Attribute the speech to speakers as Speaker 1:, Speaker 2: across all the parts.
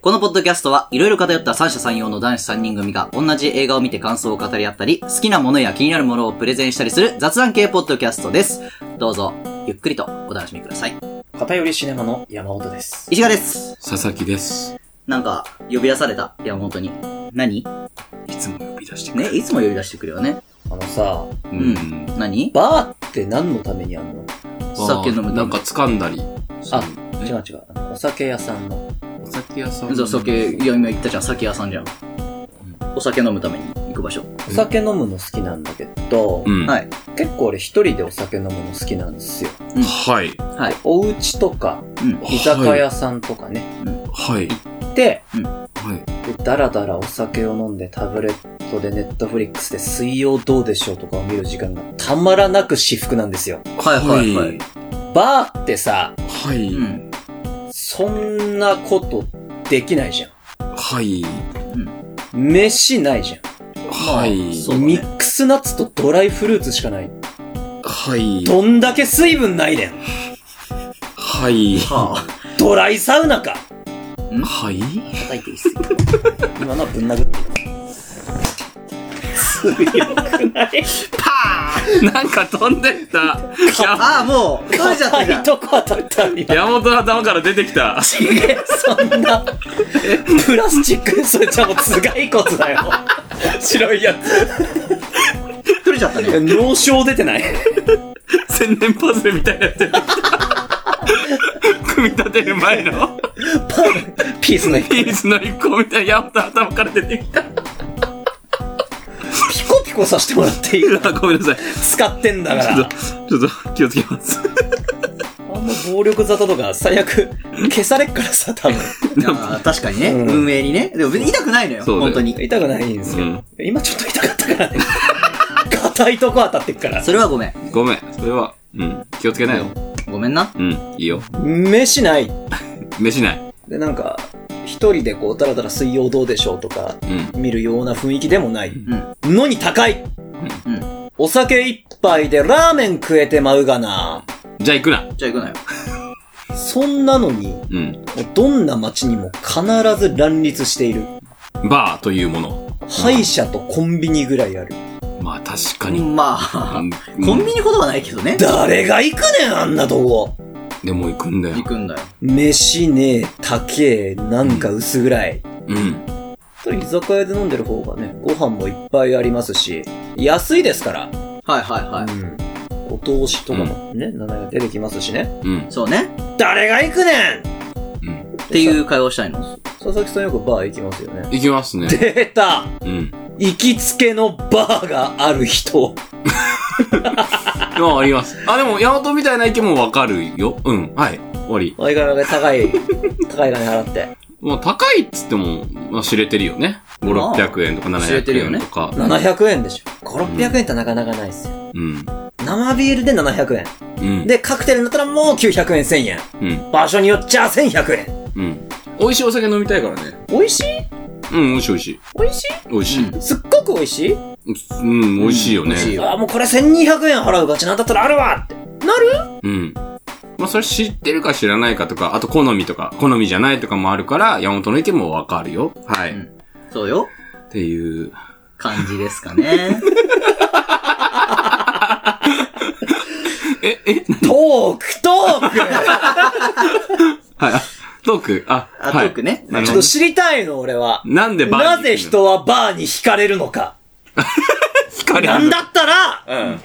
Speaker 1: このポッドキャストは、いろいろ偏った三者三様の男子三人組が、同じ映画を見て感想を語り合ったり、好きなものや気になるものをプレゼンしたりする雑談系ポッドキャストです。どうぞ、ゆっくりとお楽しみください。
Speaker 2: 偏りシネマの山本です。
Speaker 1: 石川です。
Speaker 3: 佐々木です。
Speaker 1: なんか、呼び出された。山本に。何
Speaker 3: いつも呼び出してくれ
Speaker 1: ね、いつも呼び出してくるよね。
Speaker 2: あのさ、
Speaker 3: う
Speaker 1: うん
Speaker 3: ん。
Speaker 1: 何
Speaker 2: バーって何のためにあるの
Speaker 1: 酒飲むため
Speaker 3: あーなんか掴んだり。
Speaker 2: あ
Speaker 3: え
Speaker 2: 違う違う。あのお酒屋さんの。
Speaker 3: お酒屋さん。
Speaker 1: そう、酒、いや、今言ったじゃん、酒屋さんじゃん。お酒飲むために行く場所。
Speaker 2: お酒飲むの好きなんだけど、
Speaker 3: うん。。
Speaker 1: はいい。
Speaker 2: 結構俺一人でお酒飲むの好きなんですよ。
Speaker 3: はい。
Speaker 1: はい。
Speaker 2: お家とか、
Speaker 1: うん。
Speaker 2: 居酒屋さんとかね。
Speaker 3: はい。
Speaker 2: で、
Speaker 3: はい。
Speaker 2: でだらだらお酒を飲んでタブレットでネットフリックスで水曜どうでしょうとかを見る時間がたまらなく至福なんですよ。
Speaker 1: はいはいはい。
Speaker 2: バーってさ、
Speaker 3: はい。
Speaker 1: うん。
Speaker 2: そんなことできないじゃん。
Speaker 3: はい。
Speaker 2: 飯ないじゃん。
Speaker 3: はい。
Speaker 1: そうだね
Speaker 2: ミックスナッツとドライフルーツしかない。
Speaker 3: はい。
Speaker 2: どんだけ水分ないねん。
Speaker 3: はい。
Speaker 1: は
Speaker 2: ドライサウナか。
Speaker 3: はい。
Speaker 1: ぁ。叩いていいっすよ。
Speaker 2: 今のはぶん殴って強くない
Speaker 3: パーンなんか飛んでった。や
Speaker 1: ああ、もう、取れちゃったじゃ
Speaker 2: 硬 い
Speaker 1: ん。
Speaker 2: とこ当たったんや。
Speaker 3: 山本の頭から出てきた。
Speaker 2: そんな、プラスチック、それじゃもう頭蓋骨だよ。白いや
Speaker 1: 取れちゃったね。
Speaker 2: つ。脳症出てない。
Speaker 3: 千年パズルみたいなやつ出てきた。組み立てる前の
Speaker 2: ピースの
Speaker 3: ピースの一個みたいな山本の頭から出てきた。
Speaker 2: ピコピコさせてもらっていい
Speaker 3: あごめんなさい。
Speaker 2: 使ってんだか
Speaker 3: ちょっ
Speaker 2: ら。
Speaker 3: と、ちょっと気をつけます。
Speaker 2: あんま暴力沙汰とか最悪消されっからさ、多分。
Speaker 1: あー確かにね。
Speaker 2: うん
Speaker 1: 運営にね。でも別に痛くないのよ。
Speaker 3: そうだよ
Speaker 1: 本当に。
Speaker 2: 痛くないんですよ。
Speaker 3: うん
Speaker 2: 今ちょっと痛かったからね。 硬いとこ当たってっから。
Speaker 1: それはごめん。
Speaker 3: ごめん、それは、うん、気をつけないよ。
Speaker 1: ごめんな。
Speaker 3: うん、いいよ。
Speaker 2: 飯ない。
Speaker 3: 飯ない。
Speaker 2: で、なんか、一人でこう、たらたら水曜どうでしょうとか、
Speaker 3: うん。
Speaker 2: 見るような雰囲気でもない。
Speaker 1: うん。
Speaker 2: のに高い
Speaker 1: うん。
Speaker 2: お酒一杯でラーメン食えてまうがな。
Speaker 3: じゃあ行くな。
Speaker 1: じゃあ行くなよ。
Speaker 2: そんなのに、も
Speaker 3: うん。
Speaker 2: うどんな街にも必ず乱立している。
Speaker 3: バーというもの。
Speaker 2: 歯医者とコンビニぐらいある。
Speaker 3: まあ確かに。
Speaker 1: ま
Speaker 3: う
Speaker 1: あ、
Speaker 3: ん
Speaker 1: コンビニほどはないけどね。
Speaker 2: 誰が行くねん、あんなとこ。
Speaker 3: でも行くんだよ
Speaker 1: 行。くんだよ。
Speaker 2: 飯ねえ、高え、なんか薄暗い。
Speaker 3: うん。
Speaker 2: と居酒屋で飲んでる方がね、ご飯もいっぱいありますし、安いですから。
Speaker 1: はいはいはい。
Speaker 2: うん。お通しとかもね、名前が出てきますしね。
Speaker 3: うん。
Speaker 1: そうね。
Speaker 2: 誰が行くねん
Speaker 3: うん。
Speaker 1: っていう会話をしたいの。
Speaker 2: 佐々木さんよくバー行きますよね。
Speaker 3: 行きますね。
Speaker 2: 出た
Speaker 3: うん。
Speaker 2: 行きつけのバーがある人。
Speaker 3: まああります。あ、でも、ヤマトみたいな意見もわかるよ。うん。はい。終わり。
Speaker 2: おいがらが高 い、高い金払って。
Speaker 3: まあ高いっつっても、まあ知れてるよね。
Speaker 1: まあ
Speaker 3: 5、600円とか
Speaker 1: 知れてる
Speaker 3: 700
Speaker 1: よね
Speaker 3: 円とか。
Speaker 2: 700円でしょ。5、600円ってなかなかないですよ。
Speaker 3: うん。
Speaker 2: 生ビールで700円。
Speaker 3: うん。
Speaker 2: で、カクテルになったらもう900円、1000円。
Speaker 3: うん。
Speaker 2: 場所によっちゃ1100円。
Speaker 3: うん。美味しいお酒飲みたいからね。
Speaker 2: 美味しい
Speaker 3: うん、美味しい美味しい。
Speaker 2: 美味しい
Speaker 3: 美味しい。
Speaker 2: すっごく美味しい
Speaker 3: うん、美味しいよ
Speaker 1: 美
Speaker 3: ね。
Speaker 1: 味しい
Speaker 2: ああ、もうこれ1200円払うガチなんだったらあるわって。なる
Speaker 3: うん。まあ、それ知ってるか知らないかとか、あと好みとか、好みじゃないとかもあるから、山本の意見もわかるよ。はい。
Speaker 1: うん
Speaker 3: っ
Speaker 1: そうよ。
Speaker 3: ていう。
Speaker 1: 感じですかね。
Speaker 3: え、え、
Speaker 2: トーク、ト ー
Speaker 3: はい。あトーク、あ、
Speaker 1: あ、
Speaker 3: はい、
Speaker 1: トークね。
Speaker 3: な
Speaker 2: ク
Speaker 3: る
Speaker 2: ちょ
Speaker 3: ほ
Speaker 2: っ
Speaker 3: ど
Speaker 2: と。知りたいの、俺は。
Speaker 3: なんでバーに行く
Speaker 2: な
Speaker 3: の
Speaker 2: ぜ人はバーに惹かれるのか。
Speaker 3: 光
Speaker 2: なんだったら、
Speaker 4: うん。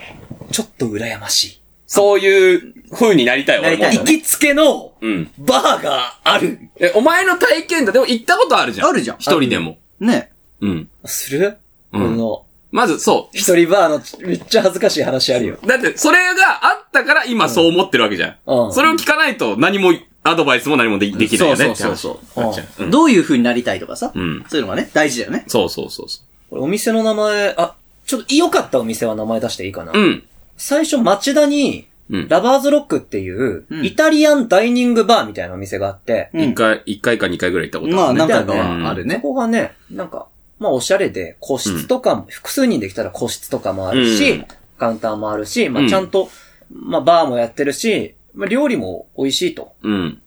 Speaker 2: ちょっと羨ましい。
Speaker 4: そういう風になりたい、俺も
Speaker 1: なりた
Speaker 2: 行きつけの
Speaker 4: うん。
Speaker 2: バーがある。
Speaker 3: え、お前の体験だ。でも行ったことあるじゃん。
Speaker 1: あるじゃん
Speaker 3: 一人でも。
Speaker 1: ね。
Speaker 3: うん。
Speaker 2: する
Speaker 3: うん
Speaker 2: この、
Speaker 3: まず、そ
Speaker 2: 一人バーのめっちゃ恥ずかしい話あるよ。
Speaker 3: う。だって、それがあったから今そう思ってるわけじゃん。
Speaker 2: うん
Speaker 3: それを聞かないと何も、アドバイスも何もできできないよね。
Speaker 1: そうそう
Speaker 3: って
Speaker 2: う
Speaker 3: 話
Speaker 2: ん
Speaker 3: なっちゃう。うん。
Speaker 1: どういう風になりたいとかさ。
Speaker 3: うん
Speaker 1: そういうのがね、大事だよね。
Speaker 3: そうそうそうそ
Speaker 2: これお店の名前、あ、ちょっと良かったお店は名前出していいかな。
Speaker 3: う。うん。
Speaker 2: 最初町田に、
Speaker 3: うん
Speaker 2: ラバーズロックっていう、
Speaker 1: うん
Speaker 2: イタリアンダイニングバーみたいなお店があって、
Speaker 1: うん
Speaker 3: 一回、一回か二回ぐらい行ったこと
Speaker 1: まあ、
Speaker 3: あるね。
Speaker 1: 何回かはある
Speaker 2: そ
Speaker 1: ね。
Speaker 2: こがね、なんか、まあおしゃれで、個室とかも、複数人できたら個室とかもあるし、
Speaker 3: うん
Speaker 2: カウンターもあるし、ま
Speaker 3: う
Speaker 2: あ
Speaker 3: ん
Speaker 2: ちゃんと、まあバーもやってるし、まあ料理も美味しいと。
Speaker 3: うん。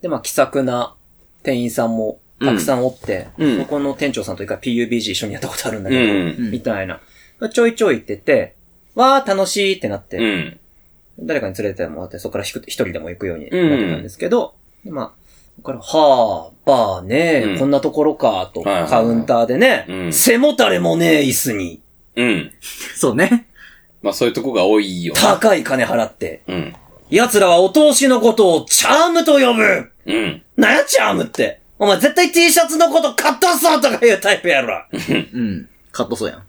Speaker 2: で、まあ気さくな店員さんもたくさんおって、
Speaker 3: うん
Speaker 2: そこの店長さんと一回 PUBG 一緒にやったことあるんだ
Speaker 3: う
Speaker 2: けど、
Speaker 3: ん。
Speaker 1: うん
Speaker 2: みたいな。ちょいちょい行ってて、わー楽しいってなって、
Speaker 3: うん。
Speaker 2: 誰かに連れてもらって、そこからひく一人でも行くようになってたんですけど、でまあ、そこから、はあ、バーね、
Speaker 3: うん
Speaker 2: こんなところか、と、
Speaker 3: はいはいはい
Speaker 2: カウンターでね、
Speaker 3: うん
Speaker 2: 背もたれもねえ椅子に、
Speaker 3: うん。
Speaker 1: そうね。
Speaker 3: まあそういうとこが多いよ。
Speaker 2: 高い金払って、
Speaker 3: うん。
Speaker 2: 奴らはお通しのことをチャームと呼ぶ
Speaker 3: うん。
Speaker 2: なんやチャームってお前絶対 T シャツのことカットソーとか言うタイプやろ
Speaker 1: うん。カットそうやん。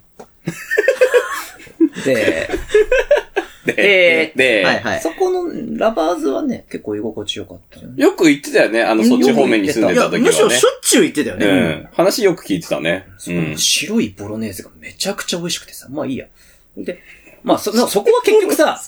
Speaker 2: で、
Speaker 3: で、で、
Speaker 1: はいはい。
Speaker 2: そこのラバーズはね、結構居心地よかったよね。
Speaker 3: よく言ってたよね、あの、そっち方面に住ん
Speaker 1: い
Speaker 3: で
Speaker 1: や、
Speaker 3: た時はね。
Speaker 1: むしろしょっちゅう言ってたよね。
Speaker 3: うん。話よく聞いてたね。
Speaker 2: そうこ
Speaker 3: ん
Speaker 2: の。白いボロネーゼがめちゃくちゃ美味しくてさ、まあいいや。で、まあそ、そこは結局 さ、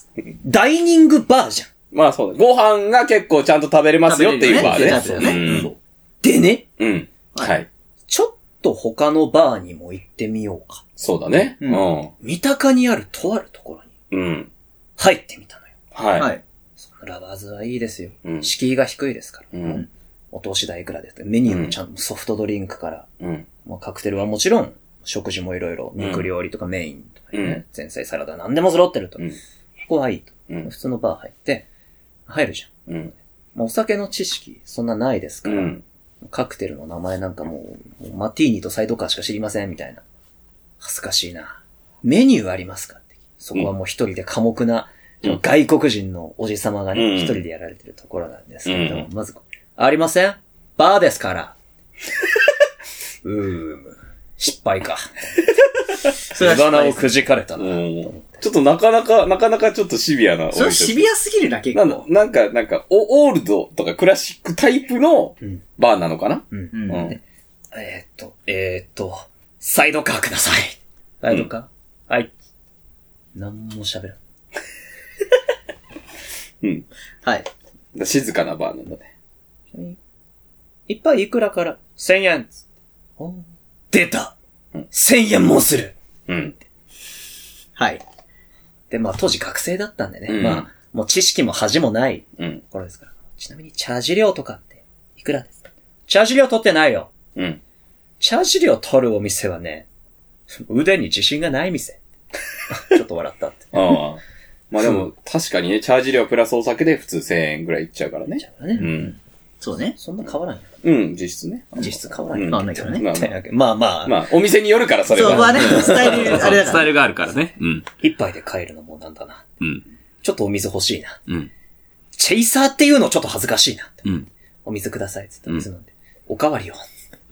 Speaker 2: ダイニングバーじゃん。
Speaker 3: まあそうだ。ご飯が結構ちゃんと食べれますよっていうバ
Speaker 1: 食べれるね
Speaker 3: ーね。
Speaker 1: そう
Speaker 2: でね、
Speaker 3: うん。うん。はい。
Speaker 2: ちょっと他のバーにも行ってみようか。
Speaker 3: そうだね。
Speaker 1: う
Speaker 3: う
Speaker 2: 三鷹にあるとあるところに
Speaker 3: ん。うん。
Speaker 2: 入ってみたのよ。
Speaker 1: は
Speaker 3: はい。
Speaker 1: い。
Speaker 2: そのラバーズはいいですよ。
Speaker 3: うん。
Speaker 2: 敷居が低いですから。
Speaker 3: うん。
Speaker 2: お通し代いくらですかメニューもちゃんとソフトドリンクから、
Speaker 3: うん。
Speaker 2: まあ、カクテルはもちろん、食事もいろいろ、肉料理とかメインとかね、
Speaker 3: うん
Speaker 2: 前菜サラダ何でも揃ってると。
Speaker 3: うん
Speaker 2: ここはいいと。
Speaker 3: うん
Speaker 2: 普通のバー入って、入るじゃん。
Speaker 3: うん。
Speaker 2: まあ、お酒の知識、そんなないです
Speaker 3: う
Speaker 2: から、
Speaker 3: ん。
Speaker 2: カクテルの名前なんかもう、もうマティーニとサイドカーしか知りません、みたいな。恥ずかしいな。メニューありますかって。そこはもう一人で寡黙な、
Speaker 3: うん
Speaker 2: 外国人のおじさまが
Speaker 3: うん
Speaker 2: ね、一、人でやられてるところなんですけど、
Speaker 3: うん
Speaker 2: まず、ありませんバーですから。うーむ。失敗か。
Speaker 1: それ
Speaker 2: 無
Speaker 1: は失
Speaker 2: 駄な
Speaker 1: 敗で
Speaker 2: を
Speaker 1: す
Speaker 2: くじかれたな。
Speaker 3: うんちょっとなかなか、なかなかちょっとシビアな。
Speaker 1: それはシビアすぎるな、結
Speaker 3: なんだ
Speaker 1: 構。
Speaker 3: なんか、なんか、おオールドとかクラシックタイプの
Speaker 2: うん
Speaker 3: バーなのかな
Speaker 2: うん
Speaker 1: うん
Speaker 3: うん。
Speaker 2: えーっと、えーっと、サイドカーください。サイドカー、はい。なんも喋らん。
Speaker 3: うん。
Speaker 1: はい。
Speaker 3: 静かなバーなんだね。
Speaker 2: いっぱいいくらから ?1000 円。出た
Speaker 3: うん
Speaker 2: !1000 円もする
Speaker 3: うん。
Speaker 1: はい。
Speaker 2: で、まあ当時学生だったんでね。
Speaker 3: うん
Speaker 2: まあ、もう知識も恥もない
Speaker 3: うん。
Speaker 2: ところですから。ちなみにチャージ料とかって、いくらですかチャージ料取ってないよ。
Speaker 3: うん。
Speaker 2: チャージ料取るお店はね、腕に自信がない店。 ちょっと笑ったって。
Speaker 3: ああ。まあでも、確かにね、チャージ料プラスお酒で普通1000円ぐらいいっちゃうからね
Speaker 2: じ。ゃあね、
Speaker 3: うん。
Speaker 1: そうね。
Speaker 2: そんな変わらんよ。
Speaker 3: うん、実質ね。
Speaker 2: 実質変わらんよ。
Speaker 3: う
Speaker 1: 変
Speaker 3: ん
Speaker 1: わんないけどね
Speaker 2: みたいなまあまあ、
Speaker 3: まあ、お店によるから、 それは。
Speaker 1: そう、まあね、スタイル、あれだ
Speaker 5: ス
Speaker 1: か
Speaker 5: タイ
Speaker 1: ら。
Speaker 5: ルがあるからね。うん。
Speaker 2: 一杯で帰るのもなんだな。
Speaker 5: うん。
Speaker 2: ちょっとお水欲しいな。
Speaker 5: うん。
Speaker 2: チェイサーっていうのちょっと恥ずかしいな。
Speaker 5: うん。
Speaker 2: お水ください。つってお水飲んで。おかわりを。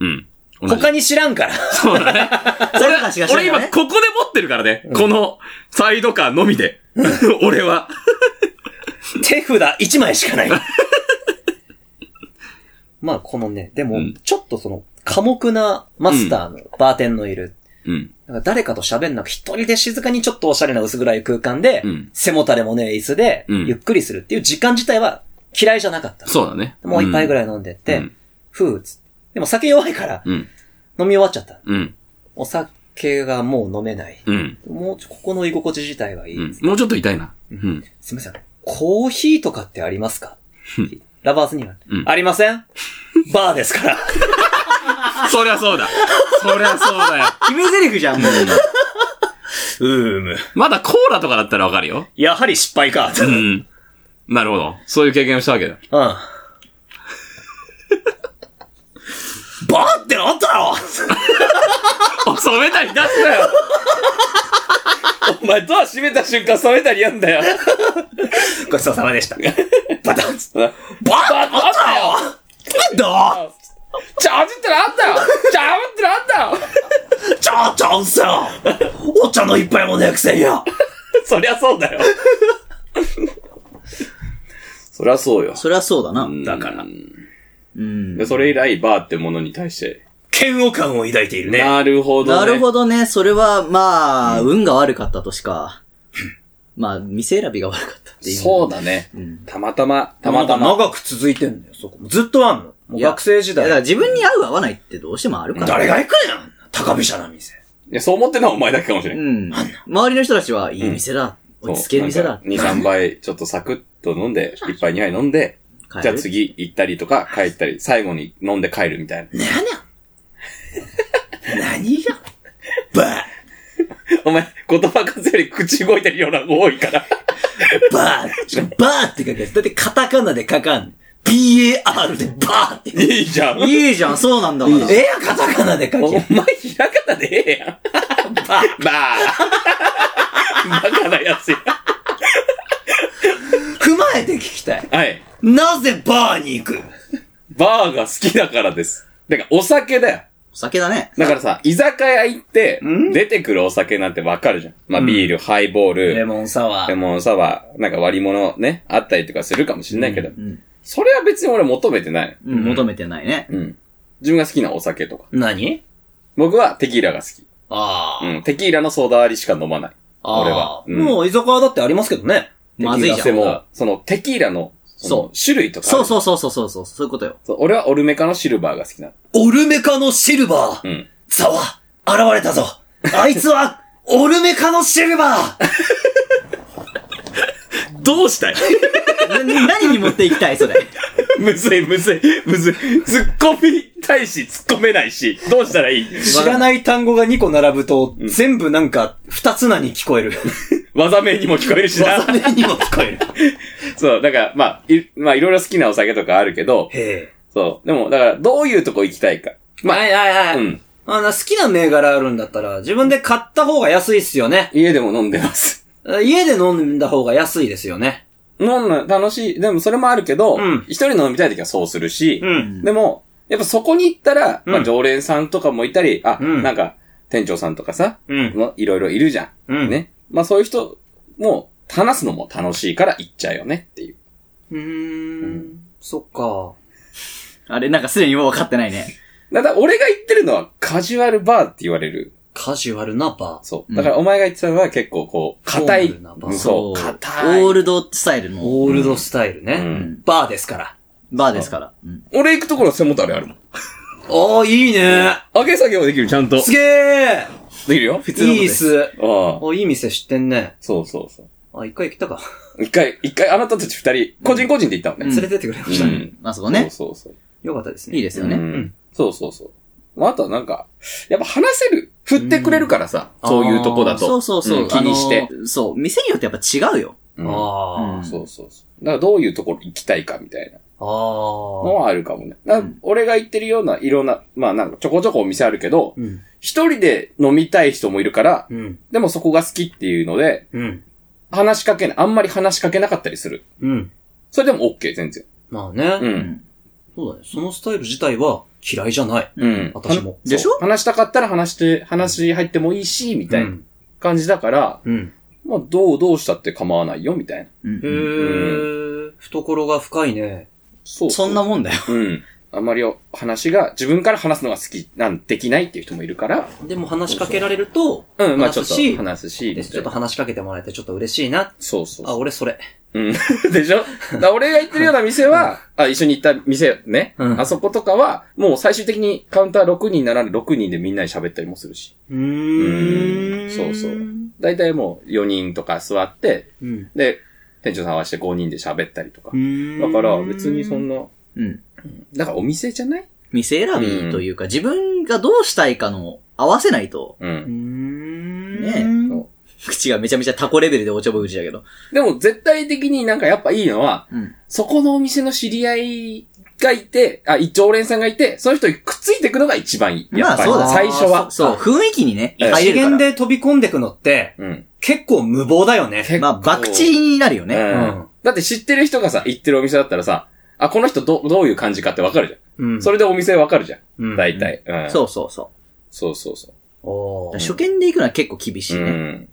Speaker 5: うん。同じ
Speaker 2: 他に知らんか ら。
Speaker 5: そうだね。
Speaker 1: それはしがし
Speaker 5: 俺
Speaker 1: ない
Speaker 5: 今
Speaker 1: からね。
Speaker 5: ここで持ってるからね。このサイドカーのみで。俺は。
Speaker 2: 手札1枚し かない。まあ、このね、でも
Speaker 5: うん、
Speaker 2: ちょっとその、寡黙なマスターのバーテンのいる。
Speaker 5: うん。
Speaker 2: だから誰かと喋んなく、一人で静かにちょっとおしゃれな薄暗い空間で、
Speaker 5: うん
Speaker 2: 背もたれもねえ椅子で、
Speaker 5: うん
Speaker 2: ゆっくりするっていう時間自体は嫌いじゃなかった。
Speaker 5: そうだね。
Speaker 2: もう一杯ぐ
Speaker 5: らい
Speaker 2: らい飲んでっ
Speaker 5: う
Speaker 2: て
Speaker 5: ん、
Speaker 2: ふうっつって。でも酒弱いから、
Speaker 5: うん。
Speaker 2: 飲み終わっちゃった。
Speaker 5: うん。
Speaker 2: お酒がもう飲めない。
Speaker 5: うん。
Speaker 2: もうちょ、ここの居心地自体はいい。
Speaker 5: うん。もうちょっと痛いな。うん。
Speaker 2: すみません。コーヒーとかってありますか
Speaker 5: うん
Speaker 2: ラバーズには、
Speaker 5: うん
Speaker 2: ありませんバーです から。
Speaker 5: そりゃそうだ。そりゃそうだよ。
Speaker 1: 決め台詞じゃん、もう。
Speaker 2: うーむ。
Speaker 5: まだコーラとかだったらわかるよ。
Speaker 2: やはり失敗か。う。
Speaker 5: うんん。なるほど。そういう経験をしたわけだ。
Speaker 2: バーってなんだろ
Speaker 5: あ、染めたり出すなよ。
Speaker 3: お前、ドア閉めた瞬間、冷めたりやんだよ。
Speaker 2: ごちそうさまでした。バタン
Speaker 3: バーバーバーよ
Speaker 2: なんだ
Speaker 3: チャージってのあんだよチャージってのあんだよ
Speaker 2: ちゃーちゃんさお茶の一杯もねえくせに よ
Speaker 3: そりゃそうだよ。 そりゃそうよ。
Speaker 1: そりゃそうだな。
Speaker 3: だから。
Speaker 1: うん
Speaker 3: で。それ以来、バーってものに対して。
Speaker 2: 嫌悪感を抱いているね。
Speaker 3: なるほど、ね。
Speaker 1: なるほどね。それは、まあ、運が悪かったとしか。まあ、店選びが悪かったっていう。
Speaker 3: そうだね。
Speaker 1: うん。
Speaker 3: たまたま、た
Speaker 2: た
Speaker 3: ま
Speaker 2: ま
Speaker 3: た
Speaker 2: たま
Speaker 3: ま。
Speaker 2: 長く続いてんだよ、そこ。ずっとあんの。もう学生時
Speaker 1: だから
Speaker 2: 代。
Speaker 1: 自分に合う合わないってどうしてもあるから。
Speaker 2: 誰が行くんやん高飛車な店。
Speaker 3: いや、そう思ってんのはお前だけかもしれ
Speaker 1: う
Speaker 3: ない。
Speaker 1: ん。周りの人たちは、いい店だ。落ち着ける店だ。
Speaker 3: 2、3杯、ちょっとサクッと飲んで、1杯2杯飲んで、
Speaker 1: はい
Speaker 3: じゃあ次行ったりとか帰ったり、最後に飲んで帰るみたいな。
Speaker 2: なな何がバ
Speaker 3: お前、言葉数より口動いてるようなのが多 いから。
Speaker 2: ーバーしかもバーって書かない。だってカタカナで書かん。BAR でバーって。
Speaker 3: いいじゃん。お
Speaker 1: いいじゃん、そうなんだから。
Speaker 2: ええやんカタカナで書
Speaker 3: 前、
Speaker 2: け。
Speaker 3: ひらがなでええやん。
Speaker 2: バー。
Speaker 3: バー。バカなやつや。
Speaker 2: 踏まえて聞きたい。
Speaker 3: はい。
Speaker 2: なぜバーに行く
Speaker 3: バーが好きだからです。だからお酒だよ。
Speaker 1: お酒だね。
Speaker 3: だからさ、居酒屋行って、出てくるお酒なんてわかるじゃん。まあ、ビール、ハイボール、
Speaker 2: レモンサワ
Speaker 3: レ
Speaker 2: ー。
Speaker 3: モンサワー、なんか割り物ね、あったりとかするかもしれないけど、
Speaker 1: うん。
Speaker 3: それは別に俺求めてない。
Speaker 1: うん、求めてないね。
Speaker 3: うん。自分が好きなお酒とか。
Speaker 2: 何
Speaker 3: 僕はテキーラが好き。
Speaker 2: ああ。
Speaker 3: うん。テキーラのソーダ割りしか飲まない。
Speaker 2: あー
Speaker 3: 俺はうん
Speaker 2: もう居酒屋だってありますけどね。
Speaker 1: まずいじゃ
Speaker 3: で
Speaker 1: ん。
Speaker 3: も、そのテキーラの、。
Speaker 1: そう
Speaker 3: 種類とか。
Speaker 1: そうそうそうそうそうそう、そういうことよ。
Speaker 3: そう。俺はオルメカのシルバーが好きなの。
Speaker 2: オルメカのシルバー。
Speaker 3: うん。
Speaker 2: ザワ、現れた ぞ。あいつは、オルメカのシルバー。
Speaker 3: どうしたい
Speaker 1: な何に持っていきたい、それ。
Speaker 3: むずいむずいむずい。ツッコミたいし、突っ込めないし、どうしたらいい
Speaker 2: 知らない単語が2個並ぶと、全部なんか、二つなに聞こえ る。
Speaker 3: 技名にも聞こえるしな。
Speaker 2: 技名にも聞こえる。
Speaker 3: そう、だから、まあ、い、まあ、いろいろ好きなお酒とかあるけど、
Speaker 2: へえ。
Speaker 3: そう。でも、だから、どういうとこ行きたいか。ま
Speaker 2: はいはいは
Speaker 3: あ、
Speaker 2: い。
Speaker 3: うん。
Speaker 2: あの、好きな銘柄あるんだったら、自分で買った方が安いっすよね。
Speaker 3: 家でも飲んでます。
Speaker 2: 家で飲んだ方が安いですよね。
Speaker 3: 飲んだ、楽しい。でも、それもあるけど、
Speaker 2: うん
Speaker 3: 一人飲みたい時はそうするし、
Speaker 2: うん。
Speaker 3: でも、やっぱそこに行ったら、ま
Speaker 2: う
Speaker 3: あ、
Speaker 2: ん
Speaker 3: 常連さんとかもいたり、あ、
Speaker 2: うん
Speaker 3: なんか、店長さんとかさ、
Speaker 2: うん。
Speaker 3: もいろいろいるじゃん。
Speaker 2: うん
Speaker 3: ね。まあ、そういう人も、話すのも楽しいから行っちゃうよねっていう。
Speaker 2: うーん。そっか。
Speaker 1: あれ、なんかすでにもう分かってないね。
Speaker 3: だから、俺が行ってるのはカジュアルバーって言われる
Speaker 2: カジュアルなバー。
Speaker 3: そうう。
Speaker 1: ん
Speaker 3: だからお前が言ってたのは結構こう、硬
Speaker 2: フ
Speaker 3: い
Speaker 2: ォーマルな場。
Speaker 3: そ
Speaker 1: オ
Speaker 3: う。
Speaker 1: ールドスタイルの
Speaker 2: オールドスタイルね。
Speaker 3: うん
Speaker 2: バーですから。
Speaker 1: バーですから。うん。
Speaker 3: 俺行くところは背もたれあるもん。
Speaker 2: ああ、いいね。
Speaker 3: 上げ下げもできる、ちゃんと。
Speaker 2: すげえ
Speaker 3: できるよ、普通の。
Speaker 2: いいっ。す。
Speaker 3: ああ。
Speaker 2: あ、いい店知ってんね。
Speaker 3: そうそうそ
Speaker 2: あ、一回来たか。
Speaker 3: う。一回、一回あなたたち二人、個人個人で行ったの
Speaker 1: う
Speaker 3: ね。
Speaker 1: ん
Speaker 2: 連れてってくれましたね。
Speaker 1: あそこね。
Speaker 3: そうそう
Speaker 2: よかったですね。
Speaker 1: いいです
Speaker 3: そう。
Speaker 1: よね。
Speaker 3: うんそうそうそう。まああとはなんか、やっぱ話せる。振ってくれるからさ、そういうとこだと。
Speaker 1: そうそうそう。
Speaker 3: ん気にして
Speaker 1: あ。の。そう、店によってやっぱ違うよ。
Speaker 3: うん
Speaker 1: う
Speaker 2: あ
Speaker 1: ん
Speaker 3: そうそうそう。だからどういうところ行きたいかみたいな
Speaker 2: あ。あ
Speaker 3: の
Speaker 2: あ。
Speaker 3: はあるかもね。だから俺が行ってるようないろんな、まあなんかちょこちょこお店あるけど、
Speaker 2: うん。
Speaker 3: 一人で飲みたい人もいるから、
Speaker 2: うん。
Speaker 3: でもそこが好きっていうので、
Speaker 2: うん。
Speaker 3: 話しかけない、あんまり話しかけなかったりする。
Speaker 2: うん。
Speaker 3: それでも OK、全然。
Speaker 2: まあね。
Speaker 3: う。。
Speaker 1: うん
Speaker 2: そうだね。そのスタイル自体は嫌いじゃない。
Speaker 3: うん。
Speaker 2: 私も。
Speaker 1: でしょ
Speaker 3: そう話したかったら話して、話入ってもいいし、み
Speaker 2: う。
Speaker 3: たいなん感じだから、
Speaker 2: うん。
Speaker 3: まあ、どうどうしたって構わないよ、みたいな。
Speaker 1: うん
Speaker 2: へえ。懐が深いね。
Speaker 3: そう
Speaker 1: そんな
Speaker 3: も
Speaker 1: もんだよ。
Speaker 3: うん。あんまりお話が、自分から話すのが好きなん、できないっていう人もいるから、
Speaker 2: でも話しかけられると、
Speaker 3: うん、まあ
Speaker 2: 話
Speaker 3: ちょっ
Speaker 2: す
Speaker 3: と
Speaker 2: し
Speaker 3: 話すし、
Speaker 2: で
Speaker 3: みた
Speaker 2: ちょ
Speaker 3: い
Speaker 2: っと
Speaker 3: な。
Speaker 2: 話しかけてもらえてちょっと嬉しいな。
Speaker 3: そうそう
Speaker 2: あ、
Speaker 3: そ
Speaker 2: 俺それ。
Speaker 3: う。うん。で しょだから俺が行ってるような店は、あ、一緒に行った店ね、
Speaker 2: うん
Speaker 3: あそことかは、もう最終的にカウンター6人なら6人でみんなに喋ったりもするし。
Speaker 2: う
Speaker 3: ーんそうそうだいたいもう4人とか座って、
Speaker 2: うん。
Speaker 3: で、店長さん合わせて5人で喋ったりとか。だ
Speaker 2: だ
Speaker 3: から別にそんな、
Speaker 1: うん。
Speaker 3: だからお店じゃない
Speaker 1: 店選びというか、自分がどうしたいかの合わせないと、
Speaker 2: う
Speaker 3: う
Speaker 2: ー
Speaker 3: ん。
Speaker 2: ん。
Speaker 1: ね
Speaker 3: そ
Speaker 1: 口がめちゃめちゃタコレベルでおちょぼ口だけど。
Speaker 3: でも絶対的になんかやっぱいいのは、
Speaker 1: うん。
Speaker 3: そこのお店の知り合いがいて、あ、常連さんがいて、その人にくっついていくのが一番いい。
Speaker 1: ま
Speaker 3: や
Speaker 1: あ
Speaker 3: っぱり
Speaker 1: そうだ
Speaker 3: 最初は。
Speaker 1: そう、雰囲気にね、
Speaker 3: ええ
Speaker 1: 入れ
Speaker 2: 資
Speaker 1: るから
Speaker 2: 源。で飛び込んでくのって、
Speaker 3: うん。
Speaker 2: 結構無謀だよね。
Speaker 3: 結構
Speaker 1: まあ、博打になるよ
Speaker 3: う
Speaker 1: ね。
Speaker 3: ん
Speaker 2: うん
Speaker 3: だって知ってる人がさ、行ってるお店だったらさ、あ、この人ど、どういう感じかってわかるじゃん。
Speaker 2: うん
Speaker 3: それでお店わかるじゃん。
Speaker 2: うん
Speaker 3: 大体。うん。
Speaker 1: そうそうそ
Speaker 3: そうそうそう。
Speaker 2: お
Speaker 1: う。
Speaker 2: ー
Speaker 1: 初見で行くのは結構厳しいうね。
Speaker 3: ん。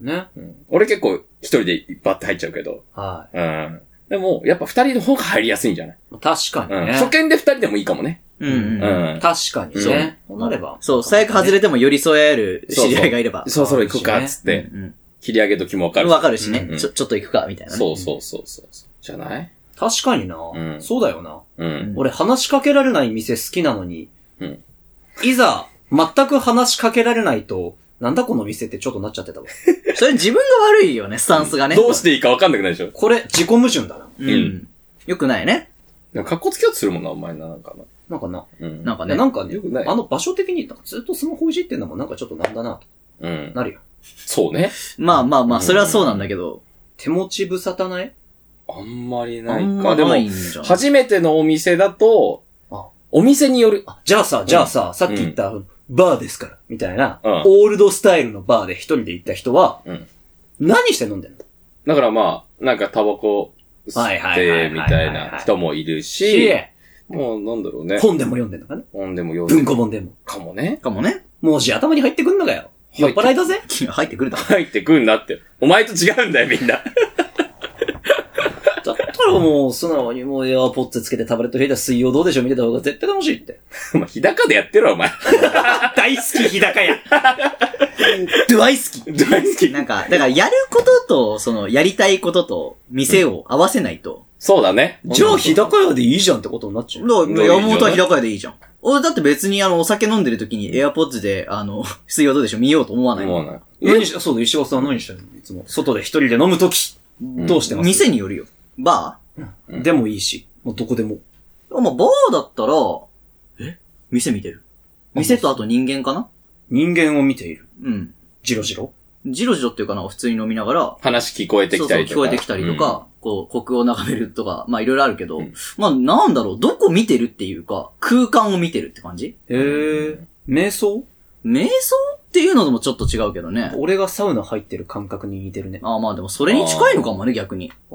Speaker 2: ね。
Speaker 3: うん俺結構一人でバッて入っちゃうけど。
Speaker 2: は
Speaker 3: うん。でも、やっぱ二人の方が入りやすいんじゃない、
Speaker 2: い。確かに
Speaker 3: うん、
Speaker 2: ね。
Speaker 3: 初見で二人でもいいかもね。
Speaker 1: うんうん
Speaker 3: う
Speaker 1: うん。
Speaker 3: ん。
Speaker 2: 確かにね。そうなれば。
Speaker 1: そう、最悪外れても寄り添える知り合いがいれば。
Speaker 3: そろそろ行くか、つっ
Speaker 1: う
Speaker 3: て。
Speaker 1: ん
Speaker 3: 切り上げ時もわ
Speaker 1: う
Speaker 3: か
Speaker 1: ん。
Speaker 3: る。
Speaker 1: わかるしね
Speaker 3: う。ん
Speaker 1: ちょ、ちょっと行くか、みたいなね。
Speaker 3: そうそうそうそう。じゃない
Speaker 2: 確かにな。
Speaker 3: ん
Speaker 2: そうだよな。
Speaker 3: うん。
Speaker 2: 俺話しかけられない店好きなのに、
Speaker 3: うん
Speaker 2: いざ、全く話しかけられないと、なんだこの店ってちょっとなっちゃってたわ。
Speaker 1: それ自分が悪いよね、スタンスがね。
Speaker 3: どうしていいかわかんなくないでしょ
Speaker 2: これ、自己矛盾だな。
Speaker 1: うん。よくないね。
Speaker 3: なんか、かっこつけようとするもんな、お前な、なんかな。
Speaker 2: なんかな。
Speaker 3: うん。
Speaker 1: なんかね。
Speaker 2: なんかね
Speaker 3: よくない、
Speaker 2: あの場所的になんかずっとスマホいじってんのもなんかちょっとなんだな、と
Speaker 3: うん。
Speaker 2: なるよ。
Speaker 3: そうね。
Speaker 1: まあまあまあ、それはそうなんだけど。
Speaker 2: 手持ち無沙汰ない
Speaker 3: あんまり
Speaker 1: あ
Speaker 3: ない
Speaker 1: ん
Speaker 3: か。
Speaker 1: ま
Speaker 3: でも
Speaker 1: な、いんじゃん。
Speaker 3: 初めてのお店だと
Speaker 2: あ、
Speaker 3: お店による。
Speaker 2: あじゃあさ、じゃあさ、さっき言った、バーですから、みたいな、
Speaker 3: うん
Speaker 2: オールドスタイルのバーで一人で行った人は、
Speaker 3: うん
Speaker 2: 何して飲んでんの
Speaker 3: だからまあ、なんかタバコ吸
Speaker 2: はい
Speaker 3: っ
Speaker 2: はいはいはいはい
Speaker 3: てみたいな人もいるし、もうなんだろうね。
Speaker 2: 本でも読んでんのかね
Speaker 3: 本でも読んで
Speaker 2: 文
Speaker 3: る
Speaker 2: 庫本でも。
Speaker 3: かもね。
Speaker 1: かも ね。
Speaker 2: もうじ頭に入ってくんのかよ。酔っ払いだぜ。
Speaker 1: 入ってくるだろ。
Speaker 3: 入ってくんなって。お前と違うんだよ、みんな。
Speaker 2: だったらもう、素直にもうエアポッツつけてタブレット開いたら水曜どうでしょう見てた方が絶対楽しいって。
Speaker 3: お前、日高でやってるわ、お前。
Speaker 2: 大好き、日 高屋。大好き。
Speaker 3: 大好 き。
Speaker 1: なんか、だからやることと、その、やりたいことと、店を合わせないと。
Speaker 3: そうだね。
Speaker 2: じゃあ、日高屋でいいじゃんってことになっちゃう。
Speaker 1: だから、山本は
Speaker 3: どういう状態
Speaker 1: 日高屋でいいじゃん。俺だって別にあの、お酒飲んでる時にエアポッズで、あの、 水曜どうでしょう見ようと思わないも
Speaker 3: も
Speaker 1: ん。
Speaker 3: うない。
Speaker 2: 何し、そうだ、石川さんは何してんのいつも。外で一人で飲むとき、
Speaker 3: ん
Speaker 2: どうしてます
Speaker 1: 店によるよ。バ
Speaker 3: うん
Speaker 2: でもいいし、もうどこでも。
Speaker 1: ーまあ、バーだったら、え店見てる。店とあと人間かな
Speaker 2: 人間を見ている。
Speaker 1: うん。
Speaker 2: ジロジロ。
Speaker 1: ジロジロっていうかな、普通に飲みながら、
Speaker 3: 話聞こえて
Speaker 1: そ
Speaker 3: き
Speaker 1: うそ
Speaker 3: た
Speaker 1: う、
Speaker 3: り
Speaker 1: 聞
Speaker 3: とか。
Speaker 1: こえてきたりとか、こう、国を眺めるとか、まあいろいろあるけど、
Speaker 3: うん
Speaker 1: まあなんだろう、どこ見てるっていうか、空間を見てるって感じ
Speaker 2: へえ。瞑想
Speaker 1: 瞑想っていうのともちょっと違うけどね。
Speaker 2: 俺がサウナ入ってる感覚に似てるね。あ
Speaker 1: ああまあでもそれに近いのかもね、逆に。
Speaker 2: あ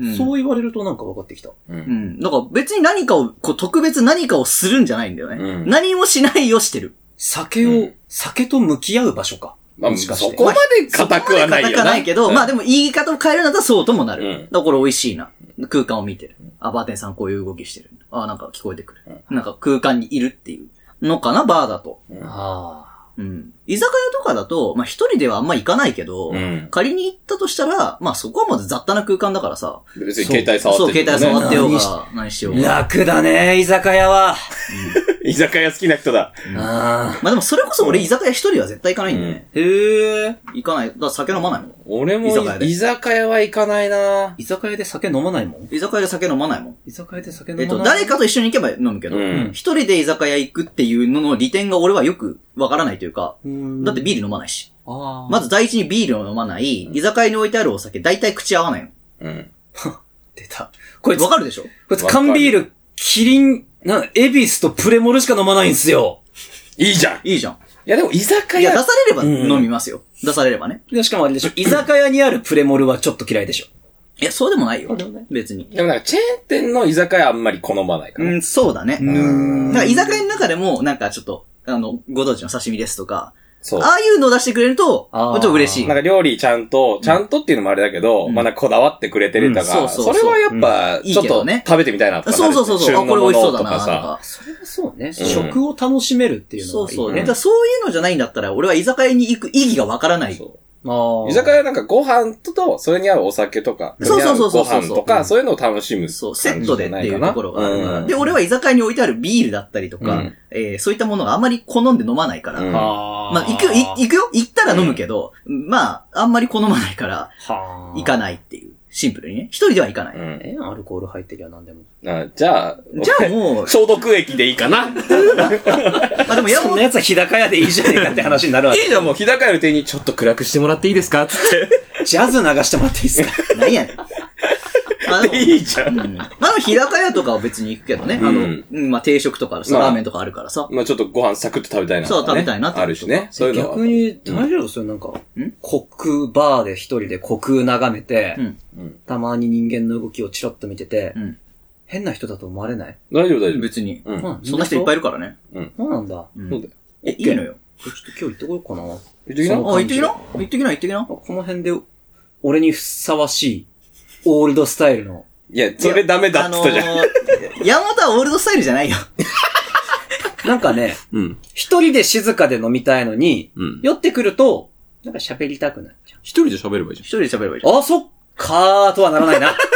Speaker 1: うん
Speaker 2: そう言われるとなんか分かってきた。
Speaker 3: うん。う
Speaker 1: うんん。だから別に何かを、こう特別何かをするんじゃないんだよね。
Speaker 3: うん
Speaker 1: 何もしないをしてる。
Speaker 2: 酒を、
Speaker 3: うん
Speaker 2: 酒と向き合う場所か。
Speaker 3: まあ、
Speaker 2: もしかして
Speaker 3: そこまで固くはないよ
Speaker 1: 硬くはないけど、まあでも言い方を変えるならそうともな
Speaker 3: う
Speaker 1: る。
Speaker 3: ん
Speaker 1: だからこれ美味しいな。空間を見てる。あ、バーテンさんこういう動きしてる。あ、なんか聞こえてくる。なんか空間にいるっていうのかな、バーだと。
Speaker 2: あ
Speaker 1: うん。居酒屋とかだと、まあ一人ではあんま行かないけど、
Speaker 3: うん
Speaker 1: 仮に行ったとしたら、まあそこはまず雑多な空間だからさ、
Speaker 3: 別に携帯触って
Speaker 1: そう、携帯触って
Speaker 3: よ。
Speaker 1: ようが、何しようが。
Speaker 2: 楽だね、居酒屋は。
Speaker 3: 居酒屋好きな人だ。
Speaker 2: ああ。
Speaker 1: まあでもそれこそ俺居酒屋一人は絶対行かないんだよね。
Speaker 2: へえ。
Speaker 1: 行かない。だから酒飲まないもん。
Speaker 3: 俺も
Speaker 1: 居酒屋で
Speaker 3: 居酒屋は行かないな
Speaker 2: 居酒屋で酒飲まないもん
Speaker 1: 居酒屋で酒飲まないもん。
Speaker 2: 居酒屋で酒飲まな
Speaker 1: え
Speaker 2: い
Speaker 1: っと、誰かと一緒に行けば飲むけど、
Speaker 3: う
Speaker 1: 一、人
Speaker 3: ん
Speaker 1: で居酒屋行くっていうのの利点が俺はよくわからないというか、だ
Speaker 2: だ
Speaker 1: って、ビール飲まないし。
Speaker 2: ああ。
Speaker 1: まず第一にビールを飲まない、居酒屋に置いてあるお酒、大体口合わないの。
Speaker 3: うん。
Speaker 2: 出た。こいつ、
Speaker 1: わ
Speaker 2: こ
Speaker 1: かるでしょ
Speaker 2: いつ缶ビール、キリン、なん、エビスとプレモルしか飲まないんすよ。
Speaker 3: いいじゃん。い
Speaker 1: いいじゃん。
Speaker 3: や、でも居酒
Speaker 1: いや、出
Speaker 3: 屋
Speaker 1: さ、れれば飲みますよ。出されればね。
Speaker 2: で、しかもあれでしょ、居酒屋にあるプレモルはちょっと嫌いでしょ。
Speaker 1: いや、そうでもないよ
Speaker 2: うでもない。
Speaker 1: 別に。
Speaker 3: でもなんかチェーン店の居酒屋あんまり好まないか
Speaker 1: う
Speaker 3: ら。
Speaker 1: ん、そうだね。
Speaker 2: ん
Speaker 1: だから居酒屋の中でも、なんかちょっと、あの、ご当地の刺身ですとか、
Speaker 3: そう。
Speaker 1: ああいうの出してくれると、ち
Speaker 2: あー
Speaker 1: ょっと嬉しい
Speaker 3: なん。か料理ちゃんと、ちゃんとっていうのもあれだけど、
Speaker 1: ん
Speaker 3: まあなんかこだわってくれてると
Speaker 1: う
Speaker 3: か、
Speaker 1: んそうそうそ
Speaker 3: そ
Speaker 1: う
Speaker 3: れはやっぱ、
Speaker 1: うん
Speaker 3: ちょっ
Speaker 1: いいけど
Speaker 3: と
Speaker 1: ね
Speaker 3: 食べてみたいなとかな
Speaker 1: そう
Speaker 3: る
Speaker 1: そうそうそう。あ、
Speaker 3: 旬
Speaker 1: こ
Speaker 3: の
Speaker 1: れ
Speaker 3: も
Speaker 1: 美
Speaker 3: の
Speaker 1: 味しそうだ
Speaker 3: と
Speaker 1: な、と
Speaker 3: かさ
Speaker 1: か。。
Speaker 2: それはそうね。
Speaker 3: 食
Speaker 2: 食を楽しめるっていうの
Speaker 1: そ
Speaker 2: は
Speaker 1: う
Speaker 2: いいね。
Speaker 1: そう。
Speaker 3: ね
Speaker 1: だからそういうのじゃないんだったら、俺は居酒屋に行く意義がわからない。
Speaker 3: そう
Speaker 2: ああ。
Speaker 3: 居酒屋なんかご飯とと、それに合うお酒とか、
Speaker 1: そうそうそうそう
Speaker 3: それに合ご飯とか、そういうのを楽しむ。
Speaker 1: そう、セットでっていうところがあるから。
Speaker 3: うん
Speaker 1: で、俺は居酒屋に置いてあるビールだったりとか、
Speaker 3: うん
Speaker 1: えーそういったものがあまり好んで飲まないから。
Speaker 3: うん
Speaker 2: ああ。
Speaker 1: まあ、行くよ、い行くよ行ったら飲むけど、まあ、あんまり好まないから、
Speaker 2: はあ。
Speaker 1: 行かないっていう。シンプルにね。一人では行かない。
Speaker 3: うん
Speaker 2: え、アルコール入ってりゃ何でも。
Speaker 3: あじゃあ、
Speaker 1: じゃあもう
Speaker 3: 、消毒液でいいかな。
Speaker 1: あ、でも山
Speaker 2: そん
Speaker 1: 本
Speaker 2: な、やつは日高屋でいいじゃねえかって話になるわ
Speaker 3: いいじゃん、もう日高屋の店員にちょっと暗くしてもらっていいですかつっ
Speaker 2: け。ジャズ流してもらっていいですか
Speaker 1: 何やねん。あ
Speaker 3: て。 いいじゃん。
Speaker 1: の、うん。あの、日高屋とかは別に行くけどね。あの、
Speaker 3: う
Speaker 1: うんん、まあ、定食とかさ、
Speaker 3: まあ
Speaker 1: ラーメンとかあるからさ。
Speaker 3: まあちょっとご飯サクッと食べたいなとかね、
Speaker 1: そう食べたいなって
Speaker 3: あるしね。そういうのは。
Speaker 2: 逆に、大丈夫ですよ、なんか。コクバーで一人でコク眺めて、
Speaker 1: うん
Speaker 3: うん
Speaker 2: たまに人間の動きをチラッと見てて、
Speaker 1: うん
Speaker 2: 変な人だと思われない
Speaker 3: 大丈夫、大丈夫。
Speaker 1: 別に。
Speaker 3: うん。
Speaker 1: そんな人いっぱいいるからね。
Speaker 2: そうなんだ。
Speaker 1: うん
Speaker 3: そうだよ。
Speaker 1: え、いいのよ。
Speaker 2: ちょっと今日行ってこようかな。
Speaker 3: 言ってきな
Speaker 1: あ、
Speaker 2: その
Speaker 1: 行ってきな。行ってきな、行ってきな。
Speaker 2: この辺で、俺にふさわしい、オールドスタイルの。
Speaker 3: いや、それダメだっつったじゃん。
Speaker 1: あのー、山本はオールドスタイルじゃないよ。
Speaker 2: なんか ね、
Speaker 5: うん。
Speaker 2: 一人で静かで飲みたいのに、
Speaker 5: うん。
Speaker 2: 酔ってくると、なんか喋りたくなっちゃう。
Speaker 5: 一人で喋ればいいじゃん
Speaker 1: 一人で喋ればいいじ
Speaker 2: あ、そっかーとはならないな。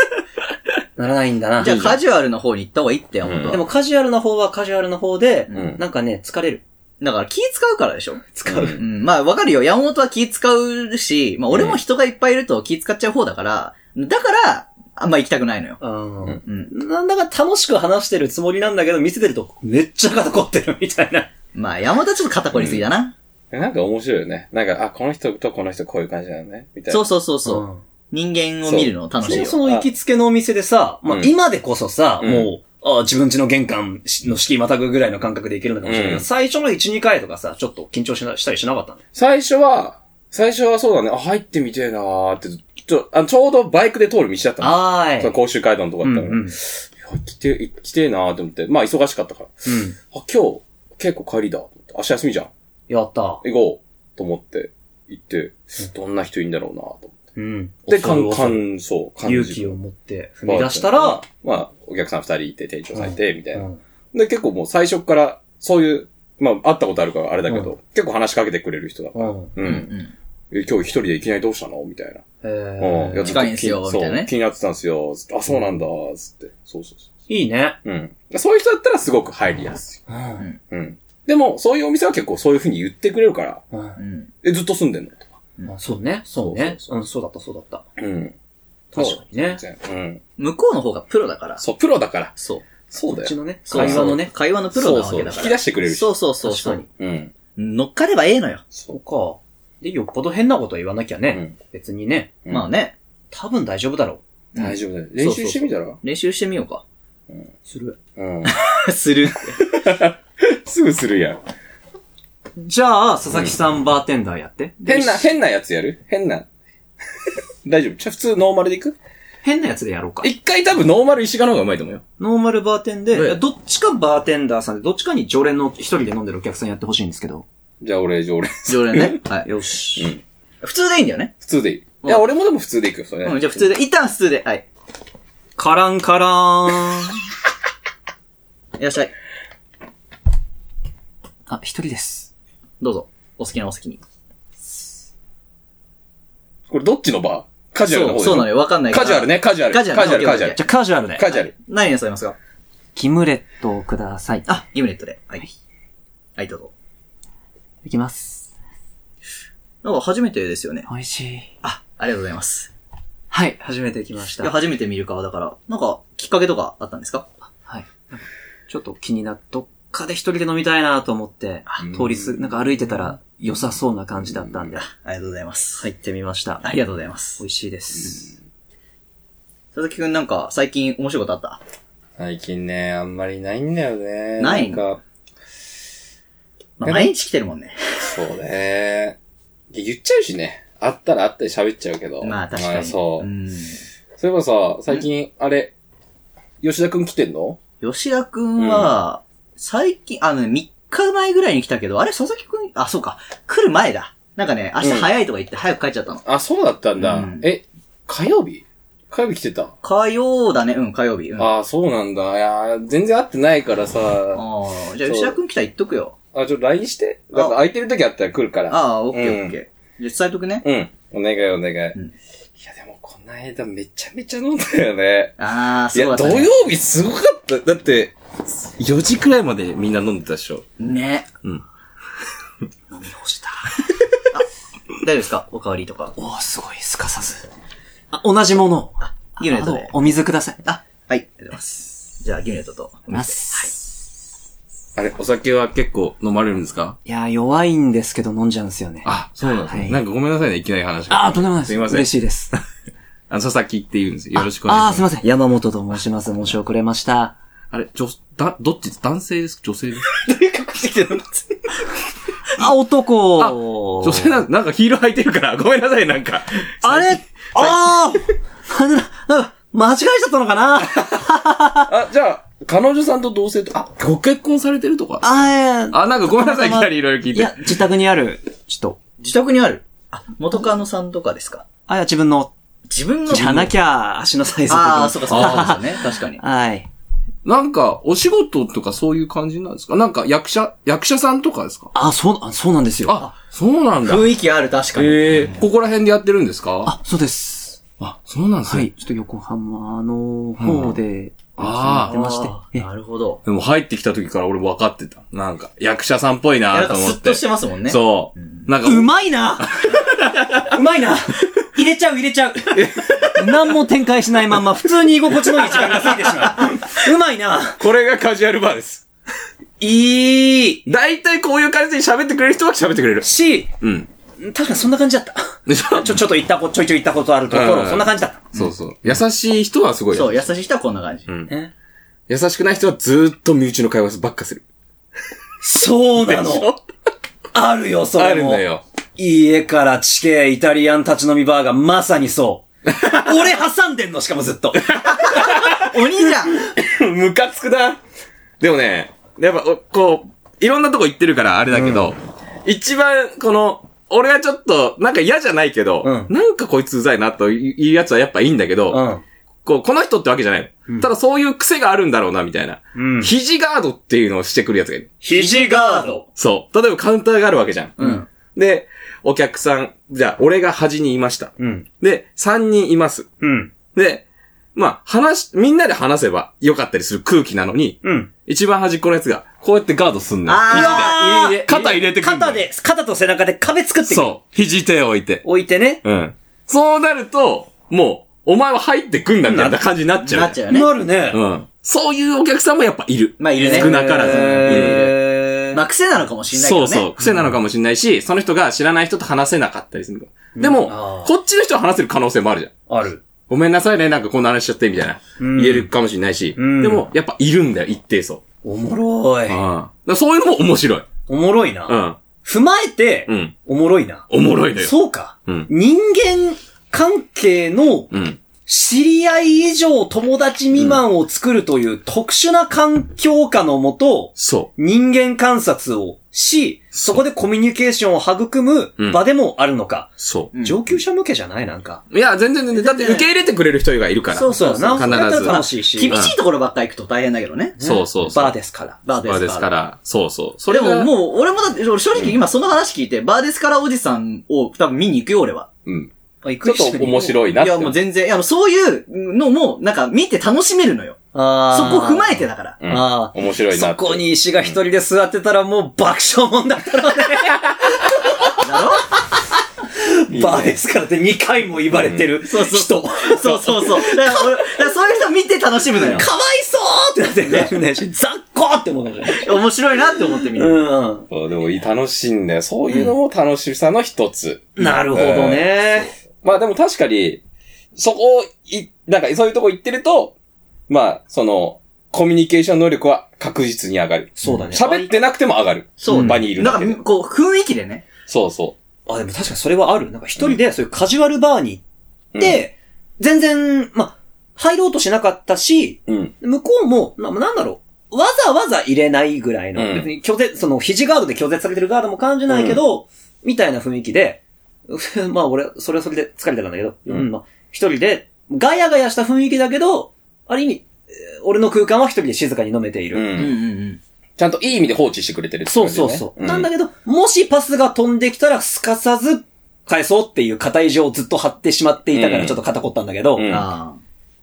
Speaker 2: ならないんだな。
Speaker 1: ゃん。じゃあカジュアルな方に行った方がいいって、山本
Speaker 2: で
Speaker 1: は。
Speaker 2: もカジュアルな方はカジュアルな方で、
Speaker 3: うん
Speaker 2: なんかね、疲れる。
Speaker 1: だから気使うからでしょ。
Speaker 2: 使
Speaker 3: う
Speaker 2: う。
Speaker 3: ん
Speaker 1: うん。まあわかるよ。山本は気使うし、まあ俺も人がいっぱいいると気使っちゃう方だから、だから、あんま行きたくないのよ。
Speaker 2: うん。
Speaker 1: うん。
Speaker 2: なんだか楽しく話してるつもりなんだけど、見せてるとめっちゃ肩凝ってるみたいな。
Speaker 1: まあ、山田ちょっと肩こりすぎだな。
Speaker 3: なんか面白いよね。なんか、あ、この人とこの人こういう感じなのね。みたいな。
Speaker 1: そうそうそうそう。
Speaker 2: ん。
Speaker 1: 人間を見るの楽しい
Speaker 2: そ
Speaker 1: よ。
Speaker 2: もそも行きつけのお店でさ、まあ、
Speaker 3: うん
Speaker 2: 今でこそさ、
Speaker 3: うん
Speaker 2: もう、あ自分家の玄関の敷居またぐぐらいの感覚で行けるのかもしれないけど、
Speaker 3: うん
Speaker 2: 最初の1、2回とかさ、ちょっと緊張しなしたりしなかったんだよ。
Speaker 3: 最初は、最初はそうだね、あ、入ってみてえなーって、ちょ、あちょうどバイクで通る道だったの。
Speaker 2: あーい
Speaker 3: その。公衆街道のとこ
Speaker 2: う
Speaker 3: だっ
Speaker 2: ん
Speaker 3: た
Speaker 2: う
Speaker 3: の。
Speaker 2: ん。
Speaker 3: いや来て、来てえなーって思って、まあ忙しかったから。
Speaker 2: うん。
Speaker 3: あ、今日、結構帰りだ。と思って明日休みじゃん。
Speaker 2: やった。
Speaker 3: 行こう。と思って、行って、どんな人いいんだろうなと思
Speaker 2: うん。
Speaker 3: って。で、
Speaker 2: 恐
Speaker 3: か
Speaker 2: る恐
Speaker 3: ん、か
Speaker 2: る
Speaker 3: ん、そう、感じ。
Speaker 2: 勇気を持って踏み出したら、
Speaker 3: まあ、お客さん二人いて、店長さんいて、みたいな。
Speaker 2: うん
Speaker 3: で、結構もう最初っから、そういう、まあ、会ったことあるからあれだけど、
Speaker 2: う
Speaker 3: 結構話しかけてくれる人だから。
Speaker 2: うん。
Speaker 3: う。
Speaker 1: うんん。
Speaker 3: え今日一人でいきなりどうしたのみたいな。
Speaker 2: え
Speaker 3: うん。や
Speaker 2: ー
Speaker 3: つ
Speaker 1: 近いんすよ
Speaker 3: そ
Speaker 1: み
Speaker 3: う
Speaker 1: たいなね
Speaker 3: 気になってたんすよ。つってあ、そうなんだ。つって。そうそうそ
Speaker 2: いいね。
Speaker 3: う。うん。そういう人だったらすごく入りやす
Speaker 2: うん。
Speaker 3: い。うん。でも、そういうお店は結構そういう風に言ってくれるから、
Speaker 2: うん
Speaker 1: うん。
Speaker 3: え、ずっと住んでんのとか。
Speaker 2: あそうね。そうね。
Speaker 3: そう
Speaker 2: うん、そうだった、そうだった。
Speaker 3: うん。
Speaker 2: 確かにね。
Speaker 3: そううん。
Speaker 1: 向こうの方がプロだから。
Speaker 3: そう、プロだから。
Speaker 1: そう。
Speaker 3: そうだ
Speaker 2: う
Speaker 3: よ
Speaker 2: ち。のね、
Speaker 1: そう
Speaker 2: 会話のね。
Speaker 1: 会話のプロなわけだ
Speaker 3: そう
Speaker 1: か
Speaker 3: そ
Speaker 1: ら。
Speaker 3: う引き出してくれるし
Speaker 1: そうそうそう。
Speaker 2: 確かに。。
Speaker 3: うん。
Speaker 1: 乗っかればええのよ。
Speaker 2: そうか。で、よっぽど変なこと言わなきゃ
Speaker 3: う
Speaker 2: ね。
Speaker 3: ん。
Speaker 2: 別にね、
Speaker 3: うん
Speaker 1: まあね。
Speaker 2: 多分大丈夫だろ
Speaker 1: うん
Speaker 3: 大丈夫だよ。練習してみたら
Speaker 1: 練習してみよう か。
Speaker 2: う。する。
Speaker 3: うん。
Speaker 1: する。
Speaker 3: すぐするやん。
Speaker 2: じゃあ、佐々木さんバーテンダーやって。
Speaker 3: 変な、変なやつやる変な。 大丈夫。じゃあ普通ノーマルでいく
Speaker 2: 変なやつでやろうか
Speaker 3: 一回多分ノーマル石川の方がうまいと思うよ。
Speaker 2: ノーマルバーテンで、
Speaker 3: ね
Speaker 2: いやどっちかバーテンダーさんで、どっちかに常連の一人で飲んでるお客さんやってほしいんですけど。
Speaker 3: じゃあ俺、 常連。
Speaker 1: 常連ね。はい。
Speaker 2: よし。
Speaker 3: うん
Speaker 1: 普通でいいんだよね。
Speaker 3: 普通でいい。
Speaker 1: うん
Speaker 3: いや、俺もでも普通でいくよ、それね。
Speaker 1: うん、じゃあ普通で。一旦普通で。はい。
Speaker 2: カランカラーン。
Speaker 1: いらっしゃい。
Speaker 2: あ、一人です。
Speaker 1: どうぞ。お好きなお席に。
Speaker 3: これどっちのバーカジュアル
Speaker 1: そう、
Speaker 3: の方で
Speaker 1: そうなのよ。わかんないから
Speaker 3: カジュアル。ね、カジュアル。
Speaker 1: カジュアル
Speaker 3: カジュアル、
Speaker 1: オッ
Speaker 3: カ
Speaker 1: ケ
Speaker 3: ジ
Speaker 1: ーオ
Speaker 3: ュア
Speaker 1: ッ
Speaker 3: ル
Speaker 1: ケ。
Speaker 2: ゃ、カジュアルで
Speaker 3: カジュアル。
Speaker 1: 何になさいますか
Speaker 2: キムレットをください。
Speaker 1: あ、ギムレットで。はい。はい、どうぞ。
Speaker 2: いきます。
Speaker 1: なんか初めてですよね。
Speaker 2: 美味しい。
Speaker 1: あ、ありがとうございます。
Speaker 2: はい、初めて来まし
Speaker 1: いや、。初めて見る顔だから、なんか、きっかけとかあったんですか
Speaker 2: はい。ちょっと気になっどっかで一人で飲みたいなと思って、通りす、なんか歩いてたら良さそうな感じだったんで、
Speaker 1: ありがとうございます。
Speaker 2: 入ってみました。
Speaker 1: ありがとうございます
Speaker 2: 美。味しいです。
Speaker 1: 佐々木くんなんか、最近面白いことあった
Speaker 3: 最近ね、あんまりないんだよね。
Speaker 1: ない
Speaker 3: んか、
Speaker 1: まあ、毎日来てるもんね。
Speaker 3: そうね。言っちゃうしね。あったらあったで喋っちゃうけど。
Speaker 1: まあ、確かに。
Speaker 3: そうう。
Speaker 1: ん。
Speaker 3: そういえばさ、最近、あれ、吉田くん来てんの
Speaker 1: 吉田くんは、最近、あのね、3日前ぐらいに来たけど、あれ、佐々木くん、あ、そうか、来る前だ。なんかね、明日早いとか言って早く帰っちゃったの。
Speaker 3: あ、そうだったんだ。
Speaker 1: うん
Speaker 3: え、火曜日火曜日来てた。
Speaker 1: 火曜だね、うん、火曜日。うん、あ
Speaker 3: ああ、そうなんだ。いやー全然会ってないからさ。
Speaker 1: あー、じゃあ吉田くん来たら言っとくよ。
Speaker 3: あ、ちょっと LINE して。なんか空いてる時あったら来るから。
Speaker 1: ああ、オッケ
Speaker 3: う
Speaker 1: ー
Speaker 3: ん
Speaker 1: オッケー。じゃあ伝えとくね。
Speaker 3: うん。お願いお願い。
Speaker 1: ん
Speaker 3: いや、でもこの間めちゃめちゃ飲んだよね。
Speaker 1: ああ、
Speaker 3: い
Speaker 1: そうだ
Speaker 3: や、
Speaker 1: った
Speaker 3: 土
Speaker 1: ね。
Speaker 3: 曜日すごかった。だって、4時くらいまでみんな飲んでたでしょ。
Speaker 1: ね。
Speaker 3: うん。
Speaker 1: 飲み干した。あ大丈夫ですかおかわりとか。
Speaker 2: おー、すごい、すかさず。あ、同じものを。あ、
Speaker 1: ギムレットで。
Speaker 2: お水ください。
Speaker 1: あ、はい、ありがとうございます。じゃあ、ギムレットと。
Speaker 2: ます。
Speaker 3: あれ、お酒は結構飲まれるんですか
Speaker 2: いやー、弱いんですけど飲んじゃうんですよね。
Speaker 3: あ、そうなんですね。
Speaker 2: はい
Speaker 3: なんかごめんなさいね、いきなり話が。
Speaker 2: あー、とんでもないです。
Speaker 3: すいません
Speaker 2: 嬉しいです。
Speaker 3: あの、佐々木って言うんですよ。よろしくお願いし
Speaker 2: あー、
Speaker 3: ます。
Speaker 2: すいません。山本と申します。申し遅れました。
Speaker 5: あれ、女、だ、どっち男性です女性です
Speaker 2: あ、男
Speaker 5: 女性なん、なんかヒール履いてるから、 ごめんなさい、なんか。
Speaker 2: あれああなんか間違えちゃったのかな
Speaker 3: あ、じゃあ、彼女さんと同棲と、あ、
Speaker 5: ご結婚されてるとか。
Speaker 2: あー
Speaker 5: あ、なんかごめんなさい、いきなりいろいろ聞い
Speaker 2: い
Speaker 5: て。
Speaker 2: や、自宅にある、ちょっと、
Speaker 1: 自宅にある。あ、元カノさんとかですか
Speaker 2: あ、いや、自分の、
Speaker 1: 自分の。
Speaker 2: じゃなきゃ、足のサイズ的に
Speaker 1: ああ、そうか、そうか、そうですよね。確かに。
Speaker 2: はい。
Speaker 5: なんか、お仕事とかそういう感じなんですかなんか、役者、役者さんとかですか
Speaker 2: あ、そう、あそうなんですよ。
Speaker 5: あ、そうなんだ。
Speaker 1: 雰囲気ある、確かに。
Speaker 5: ええここら辺でやってるんですか
Speaker 2: あ、そうです。
Speaker 5: あ、そうなんです
Speaker 2: は
Speaker 5: ね。
Speaker 2: い。ちょっと横浜の方で、
Speaker 5: ああ
Speaker 2: やって。まして
Speaker 1: あ。ー
Speaker 2: え
Speaker 1: なるほど。
Speaker 5: でも入ってきた時から俺分かってた。なんか、役者さんっぽい
Speaker 1: いやな
Speaker 5: なん
Speaker 1: か
Speaker 5: と思
Speaker 1: ス
Speaker 5: っ
Speaker 1: ッ
Speaker 5: て。
Speaker 1: としてますもんね。う。
Speaker 5: そう。なんか、
Speaker 2: うまいな うまいな入れちゃう入れちゃう何も展開しないまんま、普通に居心地のいい時間が過ぎてしまう。うまいな。
Speaker 6: これがカジュアルバーです。
Speaker 2: いい。
Speaker 6: 大体こういう感じで喋ってくれる人は喋ってくれる。
Speaker 2: し、
Speaker 6: うん。
Speaker 2: 確かそんな感じだった。ちょ、ちょっと行ったこ、ちょいちょい行ったことあるとこ
Speaker 6: う
Speaker 2: ろ、
Speaker 6: ん
Speaker 2: そんな感じだっ
Speaker 3: そうそう。優しい人はすごい。
Speaker 1: そう、優しい人はこんな感じ。
Speaker 2: た。ね
Speaker 3: 優しくない人はずーっと身内の会話ばっかする。
Speaker 2: そうなの。あるよ、それも。
Speaker 3: あるんだよ。
Speaker 2: 家から地形イタリアン立ち飲みバーがまさに そう。俺挟んでんの、しかもずっと。
Speaker 1: 鬼じゃん
Speaker 6: ムカつくな。
Speaker 3: でもね、やっぱ、おこう、いろんなとこ行ってるからあれだけど、一番、この、俺はちょっと、なんか嫌じゃないけど、
Speaker 2: うん
Speaker 3: なんかこいつうざいなというやつはやっぱいいんだけど、
Speaker 2: うん。
Speaker 3: こう、この人ってわけじゃないの。ただそういう癖があるんだろうな、みたいな。
Speaker 2: うん
Speaker 3: 肘ガードっていうのをしてくるやつがいる。
Speaker 2: 肘ガード。
Speaker 3: そう。例えばカウンターがあるわけじゃん。
Speaker 2: うん。
Speaker 3: で、お客さん、じゃあ、俺が端にいました。
Speaker 2: うん。
Speaker 3: で、3人います。
Speaker 2: うん。
Speaker 3: で、まあ、話し、みんなで話せばよかったりする空気なのに、
Speaker 2: うん。
Speaker 3: 一番端っこのやつが、こうやってガードすんの。
Speaker 2: あー
Speaker 3: 肘で肩入れてくる。
Speaker 2: 肩。で、肩と背中で壁作っていく
Speaker 3: そう。肘手を置いて。
Speaker 2: 置いてね。
Speaker 3: うん。そうなると、もう、お前は入ってくんだみたいな感じになっちゃう。
Speaker 1: なっちゃうよね。
Speaker 2: なるね。
Speaker 3: うん。そういうお客さんもやっぱいる。
Speaker 1: まあいるね
Speaker 3: 少なからず。うん
Speaker 2: えー
Speaker 1: まあ癖なのかもしれないけど
Speaker 3: そ
Speaker 1: ね。
Speaker 3: うそう。癖なのかもしれないし、その人が知らない人と話せなかったりする。で
Speaker 2: あ
Speaker 3: も
Speaker 2: ー、
Speaker 3: こっちの人は話せる可能性もあるじゃん。
Speaker 2: ある。
Speaker 3: ごめんなさいね、なんかこんな話しちゃって、みたいな。
Speaker 2: うん
Speaker 3: 言えるかもしれないし。で
Speaker 2: ん
Speaker 3: も、やっぱいるんだよ、一定層。
Speaker 2: おもろい
Speaker 3: うん。だ。からそういうのも面白い。
Speaker 2: おもろいうな。
Speaker 3: ん。
Speaker 2: 踏まえて
Speaker 3: う、ん。
Speaker 2: おもろいな。
Speaker 3: おもろいのよ。
Speaker 2: そうか。
Speaker 3: うん
Speaker 2: 人間関係の
Speaker 3: うん。
Speaker 2: 知り合い以上友達未満を作るという特殊な環境下のもと、
Speaker 3: そ
Speaker 2: 人間観察をし、そこでコミュニケーションを育む場でもあるのか
Speaker 3: う。。そう。
Speaker 1: うん
Speaker 2: 上級者向けじゃないなんか。
Speaker 3: いや、全然全然。だって受け入れてくれる人がいるから。
Speaker 1: そうそう
Speaker 2: なおさら
Speaker 3: 必ず
Speaker 2: 楽しいし。
Speaker 1: 厳しいところばっか行くと大変だけどね。
Speaker 3: そうそうそう。
Speaker 2: バーですから。
Speaker 1: バー
Speaker 3: バー
Speaker 1: で
Speaker 3: ですす
Speaker 1: か。
Speaker 3: からら。そうそう。そ
Speaker 1: で
Speaker 3: れ
Speaker 1: も
Speaker 3: が
Speaker 1: もう、俺もだって、俺正直今その話聞いて、バーデスカラおじさんを多分見に行くよ、俺は。
Speaker 3: うん。
Speaker 2: あ行
Speaker 3: ち
Speaker 2: く
Speaker 3: ょっ
Speaker 2: 一緒に
Speaker 3: と面白いなっ
Speaker 1: い
Speaker 3: て。
Speaker 1: や、もう全然、いや、そういうのも、なんか見て楽しめるのよ。
Speaker 2: あ
Speaker 1: そ
Speaker 2: ー
Speaker 1: こ踏まえてだから。
Speaker 3: うん
Speaker 2: ああ
Speaker 3: 面白いな
Speaker 2: そ
Speaker 3: って。
Speaker 2: こに石が一人で座ってたらもう爆笑もんだったらね。バーですからって2回も言われてる
Speaker 1: そう
Speaker 2: 人。
Speaker 1: そう。そうそうそう。だから俺、だからそういう人見て楽しむのよ。
Speaker 2: かわいそうってなっ てね。雑魚って思うかもしれない。
Speaker 1: 面白いなって思ってみる。
Speaker 2: う
Speaker 3: そう、でもいい、楽しいんだよ。そういうのも楽しさの一つ。
Speaker 2: ん。なるほどね。
Speaker 3: まあでも確かに、そこを、い、なんかそういうとこ行ってると、まあ、その、コミュニケーション能力は確実に上がる。
Speaker 2: そうだね。
Speaker 3: 喋ってなくても上がる。
Speaker 1: そう
Speaker 3: 場にいる
Speaker 1: な
Speaker 3: だけ
Speaker 1: ん
Speaker 3: で
Speaker 1: か、。こう、雰囲気でね。
Speaker 3: そうそ
Speaker 2: あ、でも確かにそれはある。なんか一人でそういうカジュアルバーに行って、全然、ま、入ろうとしなかったし、
Speaker 3: う。うん。
Speaker 2: 向こうも、な、なんだろう。わざわざ入れないぐらいの、
Speaker 3: うん
Speaker 2: 別に拒絶、その、肘ガードで拒絶されてるガードも感じないけど、みたいな雰囲気で、 まあ俺、それはそれで疲れてたんだけど、う、
Speaker 3: うんん。
Speaker 2: まあ、一人で、ガヤガヤした雰囲気だけど、ある意味、えー俺の空間は一人で静かに飲めていうる。
Speaker 1: うんうんん
Speaker 3: ちゃんといい意味で放置してくれてるって
Speaker 2: そう
Speaker 3: 感じだ
Speaker 2: そ
Speaker 3: よ
Speaker 2: うそう。
Speaker 3: ねん
Speaker 2: なんだけど、もしパスが飛んできたら、すかさず、返そうっていう肩意地をずっと張ってしまっていたか
Speaker 3: う
Speaker 2: ら
Speaker 3: ん
Speaker 2: ちょっと肩凝ったんだけど、
Speaker 3: う
Speaker 1: うん。
Speaker 3: ん
Speaker 1: あ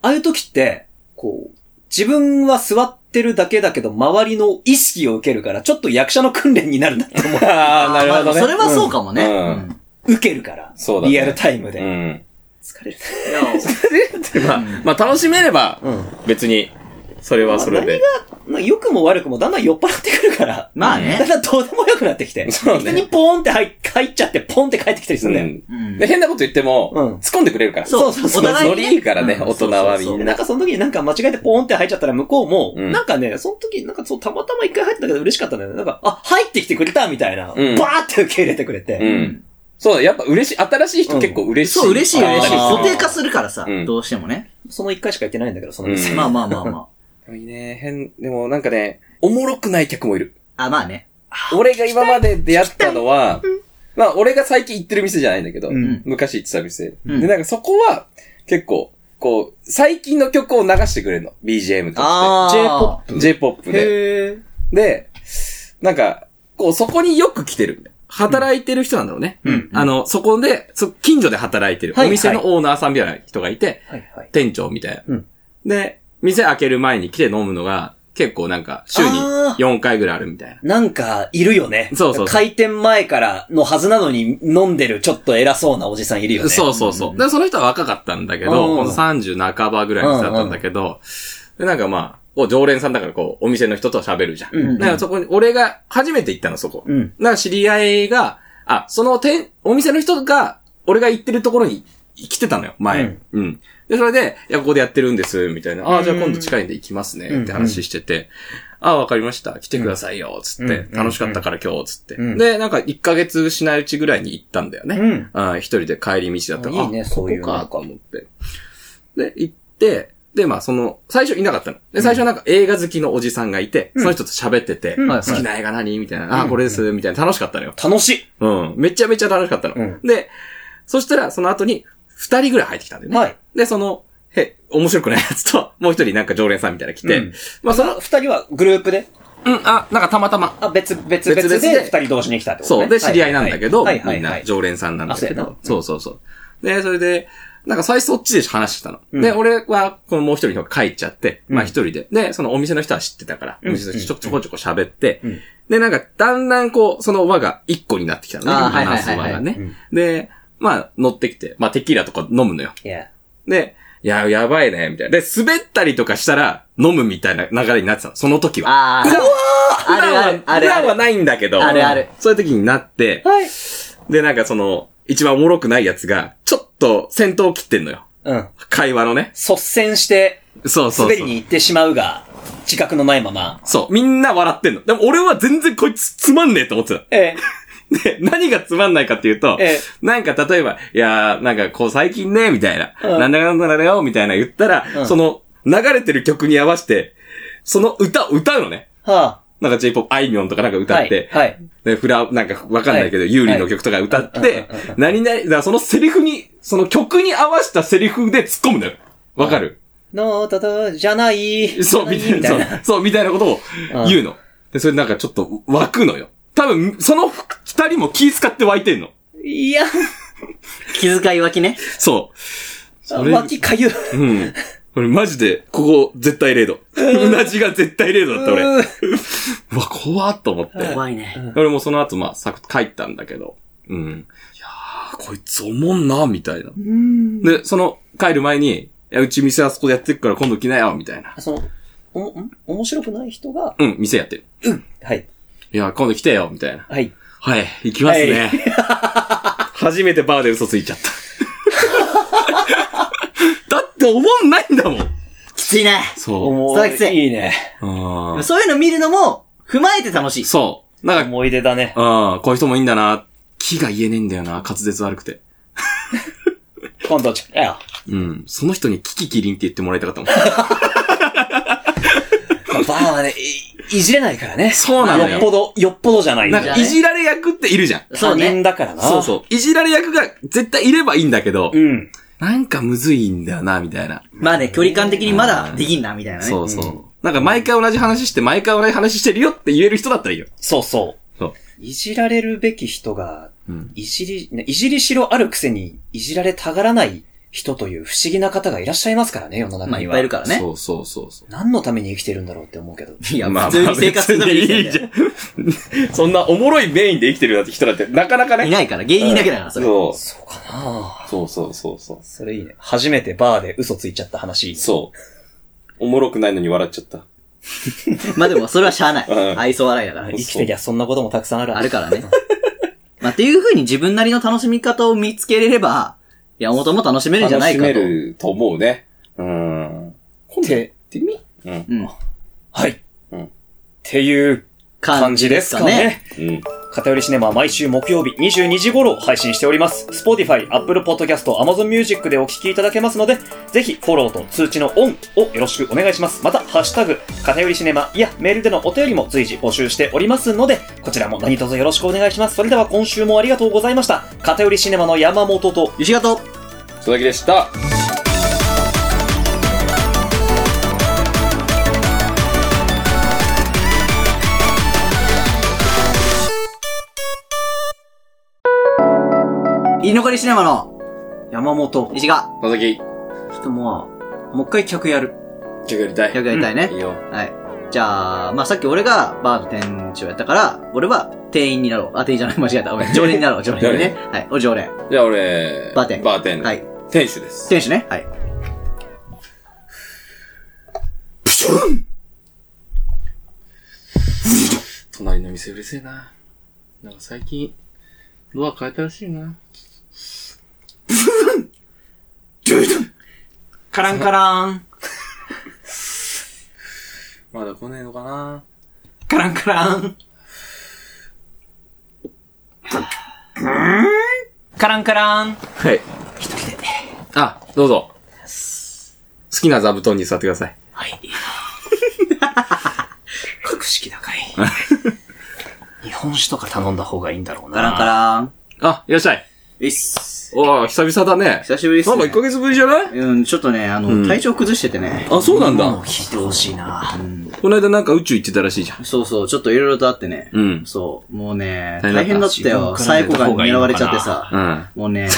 Speaker 2: ああいう時って、こう、自分は座ってるだけだけど、周りの意識を受けるから、ちょっと役者の訓練になるなって思
Speaker 3: あ
Speaker 1: あ。
Speaker 3: あ、なるほ
Speaker 1: ま
Speaker 3: ど
Speaker 1: あ
Speaker 3: ね。
Speaker 1: それはそうかもね。
Speaker 3: うん
Speaker 1: うん
Speaker 2: う。受けるから。
Speaker 3: そうだね
Speaker 2: リアルタイムで。
Speaker 3: うん。
Speaker 2: 疲れる。
Speaker 1: いや
Speaker 3: まあ、まあ楽しめれば、
Speaker 2: うん。
Speaker 3: 別に、それはそれで。
Speaker 2: まあ、良くも悪くもだんだん酔っ払ってくるから。
Speaker 1: まあ
Speaker 2: だん
Speaker 1: ね。
Speaker 2: だんどうでもよくなってきて。
Speaker 3: そうね
Speaker 2: 人にポーンって入っ入っちゃって、ポンって帰ってきたりす
Speaker 3: う
Speaker 2: るんだよ。
Speaker 1: う
Speaker 3: ん。
Speaker 1: ん
Speaker 3: で変なこと言っても、
Speaker 2: うん
Speaker 3: 突っ込んでくれるから。
Speaker 1: そう
Speaker 2: そうそう
Speaker 1: お互い
Speaker 3: ノ
Speaker 1: にね
Speaker 3: リいいからね、
Speaker 1: うん
Speaker 3: 大人はみん
Speaker 2: なん
Speaker 3: な。
Speaker 2: かその時になんか間違えてポーンって入っちゃったら向こうも、
Speaker 3: うん
Speaker 2: なんかね、その時なんかそうたまたま一回入ったけど嬉しかったんだよね。なんか、あ、入ってきてくれたみたいな。
Speaker 3: うん
Speaker 2: バーって受け入れてくれて。
Speaker 3: うん。そうだ、やっぱ嬉しい、新しい人結構嬉しい。
Speaker 1: そう、嬉しい嬉しい。
Speaker 3: あー
Speaker 1: 固定化するからさ
Speaker 3: う、ん
Speaker 1: どうしてもね。
Speaker 2: その一回しか行ってないんだけど、その
Speaker 3: う
Speaker 2: 店。
Speaker 3: ん
Speaker 1: まあまあまあま
Speaker 3: でもいいね、変、でもなんかね、おもろくない客もいる。
Speaker 1: あ。あ、まあね。
Speaker 3: 俺が今まで出会ったのは、まあ俺が最近行ってる店じゃないんだけど、
Speaker 2: うん
Speaker 3: 昔行ってた店。
Speaker 1: うん
Speaker 3: で、なんかそこは、結構、こう、最近の曲を流してくれるの。BGM と
Speaker 1: あ
Speaker 3: し
Speaker 1: ー
Speaker 3: て。J-POP で。
Speaker 2: へー
Speaker 3: で、なんか、こう、そこによく来てる。働いてる人なんだろうね。
Speaker 2: うん
Speaker 3: あの、そこで、そ近所で働いてる。
Speaker 2: はい
Speaker 3: お店のオーナーさんみたいな人がいて、
Speaker 2: はいはい。
Speaker 3: 店長みたいな。
Speaker 2: うん
Speaker 3: で、店開ける前に来て飲むのが、結構なんか、週に
Speaker 2: あー
Speaker 3: 4回ぐらいあるみたいな。
Speaker 2: なんか、いるよね。
Speaker 3: そうそうそう
Speaker 2: 開店前からのはずなのに飲んでるちょっと偉そうなおじさんいるよね。
Speaker 3: そうそうそう。で、その人は若かったんだけど、
Speaker 2: うん
Speaker 3: この30半ばぐらいの人だったんだけど、で、なんかまあ、こう常連さんだからこう、お店の人と喋るじゃん。
Speaker 2: うんうん
Speaker 3: だからそこに、俺が初めて行ったの、そこ。
Speaker 2: うん。
Speaker 3: だから知り合いが、あ、その店、お店の人が、俺が行ってるところに来てたのよ、前。
Speaker 2: うん
Speaker 3: うん。で、それで、いや、ここでやってるんです、みたいな。あ
Speaker 2: う
Speaker 3: あ、
Speaker 2: ん
Speaker 3: じゃあ今度近いんで行きますね、
Speaker 2: うん
Speaker 3: って話してて。ああ、わかりました。来てくださいよ、つって。
Speaker 2: うん
Speaker 3: 楽しかったから今日、つって。
Speaker 2: うん
Speaker 3: で、なんか1ヶ月しないうちぐらいに行ったんだよね。
Speaker 2: うん。
Speaker 3: あ一人で帰り道だったの
Speaker 2: あいいね
Speaker 3: あ
Speaker 2: そういうの
Speaker 3: ここか、と思って。で、行って、で、まあ、その、最初いなかったの。で、最初なんか映画好きのおじさんがいて、
Speaker 2: ん
Speaker 3: その人と喋ってて、
Speaker 2: うん
Speaker 1: はい
Speaker 3: 好きな映画何みたいな、あ、これです、みたいな、楽しかったのよ。
Speaker 2: 楽しい。
Speaker 3: うん。めちゃめちゃ楽しかったの。
Speaker 2: う
Speaker 3: で、そしたら、その後に、二人ぐらい入ってきたんだよね。
Speaker 2: はい。
Speaker 3: で、その、へ、面白くないやつと、もう一人なんか常連さんみたいなの来て、
Speaker 2: うん
Speaker 3: まあ、その、
Speaker 2: 二人はグループで、
Speaker 3: うん、あ、なんかたまたま、
Speaker 2: あ、別、別、
Speaker 3: 別
Speaker 2: 別
Speaker 3: 々
Speaker 2: で
Speaker 3: で
Speaker 2: 二人同時に来たってことね。
Speaker 3: そう。で、知り合いなんだけど、
Speaker 2: はいはいはい
Speaker 3: みんな常連さんなんだ
Speaker 2: あ
Speaker 3: け
Speaker 2: そうや
Speaker 3: ど。そうそうそう。で、それで、なんか最初そっちで話してたの。
Speaker 2: うん
Speaker 3: で、俺は、このもう一人の方が帰っちゃって、
Speaker 2: うん
Speaker 3: まあ一人で。で、そのお店の人は知ってたから、
Speaker 2: うん
Speaker 3: お店の人ちょちょこちょこ喋って、
Speaker 2: うん
Speaker 3: で、なんかだんだんこう、その輪が一個になってきたのね。
Speaker 1: あーはいはいはいはい
Speaker 3: 話す輪がね、
Speaker 2: うん
Speaker 3: で、まあ乗ってきて、まあテキーラとか飲むのよ。
Speaker 2: いや。
Speaker 3: で、いや、やばいね、みたいな。で、滑ったりとかしたら、飲むみたいな流れになってたの、その時は。
Speaker 1: あー。あるあるあ
Speaker 3: 普
Speaker 1: るあ
Speaker 3: 段
Speaker 1: る。
Speaker 3: はないんだけど、
Speaker 1: あるある
Speaker 3: そういう時になって、
Speaker 2: はい。
Speaker 3: で、なんかその、一番おもろくないやつが、ちょっと戦闘を切ってんのよ。
Speaker 2: うん。
Speaker 3: 会話のね。
Speaker 2: 率先して、
Speaker 3: そうそうそう。
Speaker 2: 滑りに行ってしまうが、自覚のないまま。
Speaker 3: そう。みんな笑ってんの。でも俺は全然こいつつまんねえと思ってた。
Speaker 2: え
Speaker 3: で、何がつまんないかっていうと、
Speaker 2: ええ
Speaker 3: なんか例えば、いやー、なんかこう最近ね、みたいな、
Speaker 2: うん
Speaker 3: なんだかんだだよ、みたいな言ったら、
Speaker 2: うん
Speaker 3: その、流れてる曲に合わせて、その歌を歌うのね。
Speaker 2: え。は
Speaker 3: なんか J-POP、あいみょんとかなんか
Speaker 2: あ。
Speaker 3: 歌
Speaker 2: は
Speaker 3: っ
Speaker 2: い
Speaker 3: て、。
Speaker 2: はい。
Speaker 3: で、フラ、なんかわかんないけど、
Speaker 2: はい
Speaker 3: 有利の曲とか歌っ
Speaker 2: はい
Speaker 3: て、何々、だからそのセリフに、その曲に合わせたセリフで突っ込むのよ。わかる
Speaker 2: ノートと、じゃない。
Speaker 3: そう、みたいな、
Speaker 2: じ
Speaker 3: そ
Speaker 2: ゃ
Speaker 3: う
Speaker 2: な、
Speaker 3: そう、みたいなことを
Speaker 2: うん
Speaker 3: 言うの。で、それなんかちょっと湧くのよ。多分、その二人も気遣って湧いてんの。
Speaker 2: いや、
Speaker 1: 気遣い脇ね。
Speaker 3: そう。それ、
Speaker 2: 脇かゆ。
Speaker 3: うん。俺マジで、ここ絶対0度。うなじが絶対0度だった俺。う
Speaker 2: うー
Speaker 3: わ、怖っと思って。
Speaker 1: 怖いね。
Speaker 3: 俺もその後、まあ、さ帰ったんだけど。うん。いやー、こいつおもんな、みたいな。で、その、帰る前に、いや、うち店あそこでやってるから今度来なよ、みたいな。
Speaker 2: その、おも、ん面白くない人が、
Speaker 3: うん、店やってる。
Speaker 2: はい、
Speaker 3: いや、今度来てよ、みたいな。
Speaker 2: はい。
Speaker 3: はい、行きますね。 初めてバーで嘘ついちゃった。 だって思んないんだもん。
Speaker 1: きついね。
Speaker 3: そ
Speaker 2: 思
Speaker 1: 佐々木さん
Speaker 2: いいね。
Speaker 3: う。うん
Speaker 1: そういうの見るのも、踏まえて楽しい。
Speaker 3: そう。なんか、
Speaker 2: 思い出だね。
Speaker 3: うん、こういう人もいいんだな。気が言えねえんだよな、滑舌悪くて。
Speaker 2: 今度、あや、
Speaker 3: うん。その人にキキキリンって言ってもらいたかったもん。
Speaker 2: まあバーはね、いいじれないからね。
Speaker 3: そうなの
Speaker 2: よっぽ
Speaker 3: よ。
Speaker 2: ど、よっぽどじゃないん
Speaker 3: な
Speaker 2: だ
Speaker 3: ん
Speaker 1: じゃ
Speaker 3: か、
Speaker 1: ね
Speaker 3: いじられ役っているじゃん。
Speaker 1: そう
Speaker 2: 他人
Speaker 1: ね。
Speaker 2: だからな。
Speaker 3: そうそう。いじられ役が絶対いればいいんだけど、
Speaker 2: うん。
Speaker 3: なんかむずいんだよな、みたいな。
Speaker 1: まあね、距離感的にまだできんな、みたいなね。
Speaker 3: そうそう。なんか毎回同じ話して、毎回同じ話してるよって言える人だったらいいよ。
Speaker 2: そうそう。
Speaker 3: そう。
Speaker 2: いじられるべき人が、
Speaker 3: うん。
Speaker 2: いじり、ねいじりしろあるくせに、いじられたがらない人という不思議な方がいらっしゃいますからね、世の中には。
Speaker 1: まあいっぱいいるからね。
Speaker 3: そうそうそうそう。
Speaker 2: 何のために生きてるんだろうって思うけど。
Speaker 1: いや、
Speaker 3: まあ
Speaker 1: 普通に生活するのに
Speaker 3: 別にいいじゃん。そんなおもろいメインで生きてるなんて人だって、なかなか
Speaker 1: い
Speaker 3: ね。
Speaker 1: ないから、芸人だけだから、それ。
Speaker 3: そう
Speaker 2: そうかな
Speaker 3: そうそうそうそう。
Speaker 2: それいいね。初めてバーで嘘ついちゃった話。
Speaker 3: そう。おもろくないのに笑っちゃった。
Speaker 1: まあでも、それはしゃあな
Speaker 3: う
Speaker 1: い。
Speaker 3: ん
Speaker 1: 愛想笑いだから。
Speaker 2: 生きてりゃそんなこともたくさんある。
Speaker 1: あるからね。まあっていう風に自分なりの楽しみ方を見つけれれば、山本も楽しめるんじゃないか
Speaker 3: 楽しめ
Speaker 1: と。
Speaker 3: ると思うね。うん。今度やってみうん。
Speaker 1: うん。
Speaker 2: はい。
Speaker 3: うん
Speaker 2: っていう感じですかね。。
Speaker 3: うん。
Speaker 2: 偏りシネマは毎週木曜日22時頃配信しております。Spotify、Apple Podcast、Amazon Music でお聞きいただけますので、ぜひフォローと通知のオンをよろしくお願いします。また、ハッシュタグ、偏りシネマいやメールでのお便りも随時募集しておりますので、こちらも何卒よろしくお願いします。それでは今週もありがとうございました。偏りシネマの山本と、
Speaker 1: 吉賀と、
Speaker 3: 佐々木でした。
Speaker 1: 居残りシネマの、
Speaker 2: 山本、
Speaker 1: 石賀。
Speaker 3: 佐々木、
Speaker 2: ちょっともう、もう一回客やる。
Speaker 3: 曲やりたい。
Speaker 1: よくやりたいね
Speaker 3: いい。よ。
Speaker 1: はい。じゃあ、まあさっき俺がバーの店長やったから、俺は店員になろう。あ、店員じゃない、間違えた。ごめん常連になろう、常連にね。はい、お常連。
Speaker 5: じゃあ俺、
Speaker 1: バーテン
Speaker 5: バーテン。
Speaker 1: はい。
Speaker 5: 店主です。
Speaker 1: 店主ね。はい。
Speaker 3: 隣の店うるせえな。なんか最近、ドア変えたらしいな。
Speaker 2: カランカラン。
Speaker 3: まだ来ねえのかな。
Speaker 2: カランカラン。カランカラン。
Speaker 3: はい。一人で。あ、どうぞ。好きな座布団に座ってください。
Speaker 2: はい。格式高い。日本酒とか頼んだ方がいいんだろうな。
Speaker 1: カランカラン。
Speaker 3: あ、いらっしゃい。
Speaker 1: いっす。
Speaker 3: おー、久々だね。
Speaker 1: 久しぶりっす、
Speaker 3: な
Speaker 1: ね。
Speaker 3: んか1ヶ月ぶりじゃない
Speaker 1: うん、ちょっとね、あの、
Speaker 3: うん
Speaker 1: 体調崩しててね。
Speaker 3: あ、そうなん
Speaker 2: もう
Speaker 3: だ。
Speaker 2: 聞いてほしいな。
Speaker 3: この間なんか宇宙行ってたらしいじゃん。
Speaker 1: そうそう、ちょっといろいろとあってね。
Speaker 3: うん
Speaker 1: そう、もうね、
Speaker 3: 大
Speaker 1: 大変
Speaker 3: 変
Speaker 1: だ
Speaker 3: だ
Speaker 1: っ
Speaker 3: った
Speaker 1: よ。
Speaker 2: 自分から
Speaker 1: 最
Speaker 2: 出
Speaker 1: 高
Speaker 2: た
Speaker 1: が
Speaker 2: 方がいい
Speaker 1: 狙
Speaker 2: の
Speaker 1: わ
Speaker 2: か
Speaker 1: れ
Speaker 2: な
Speaker 1: ちゃってさ。
Speaker 3: うん。
Speaker 1: もうね、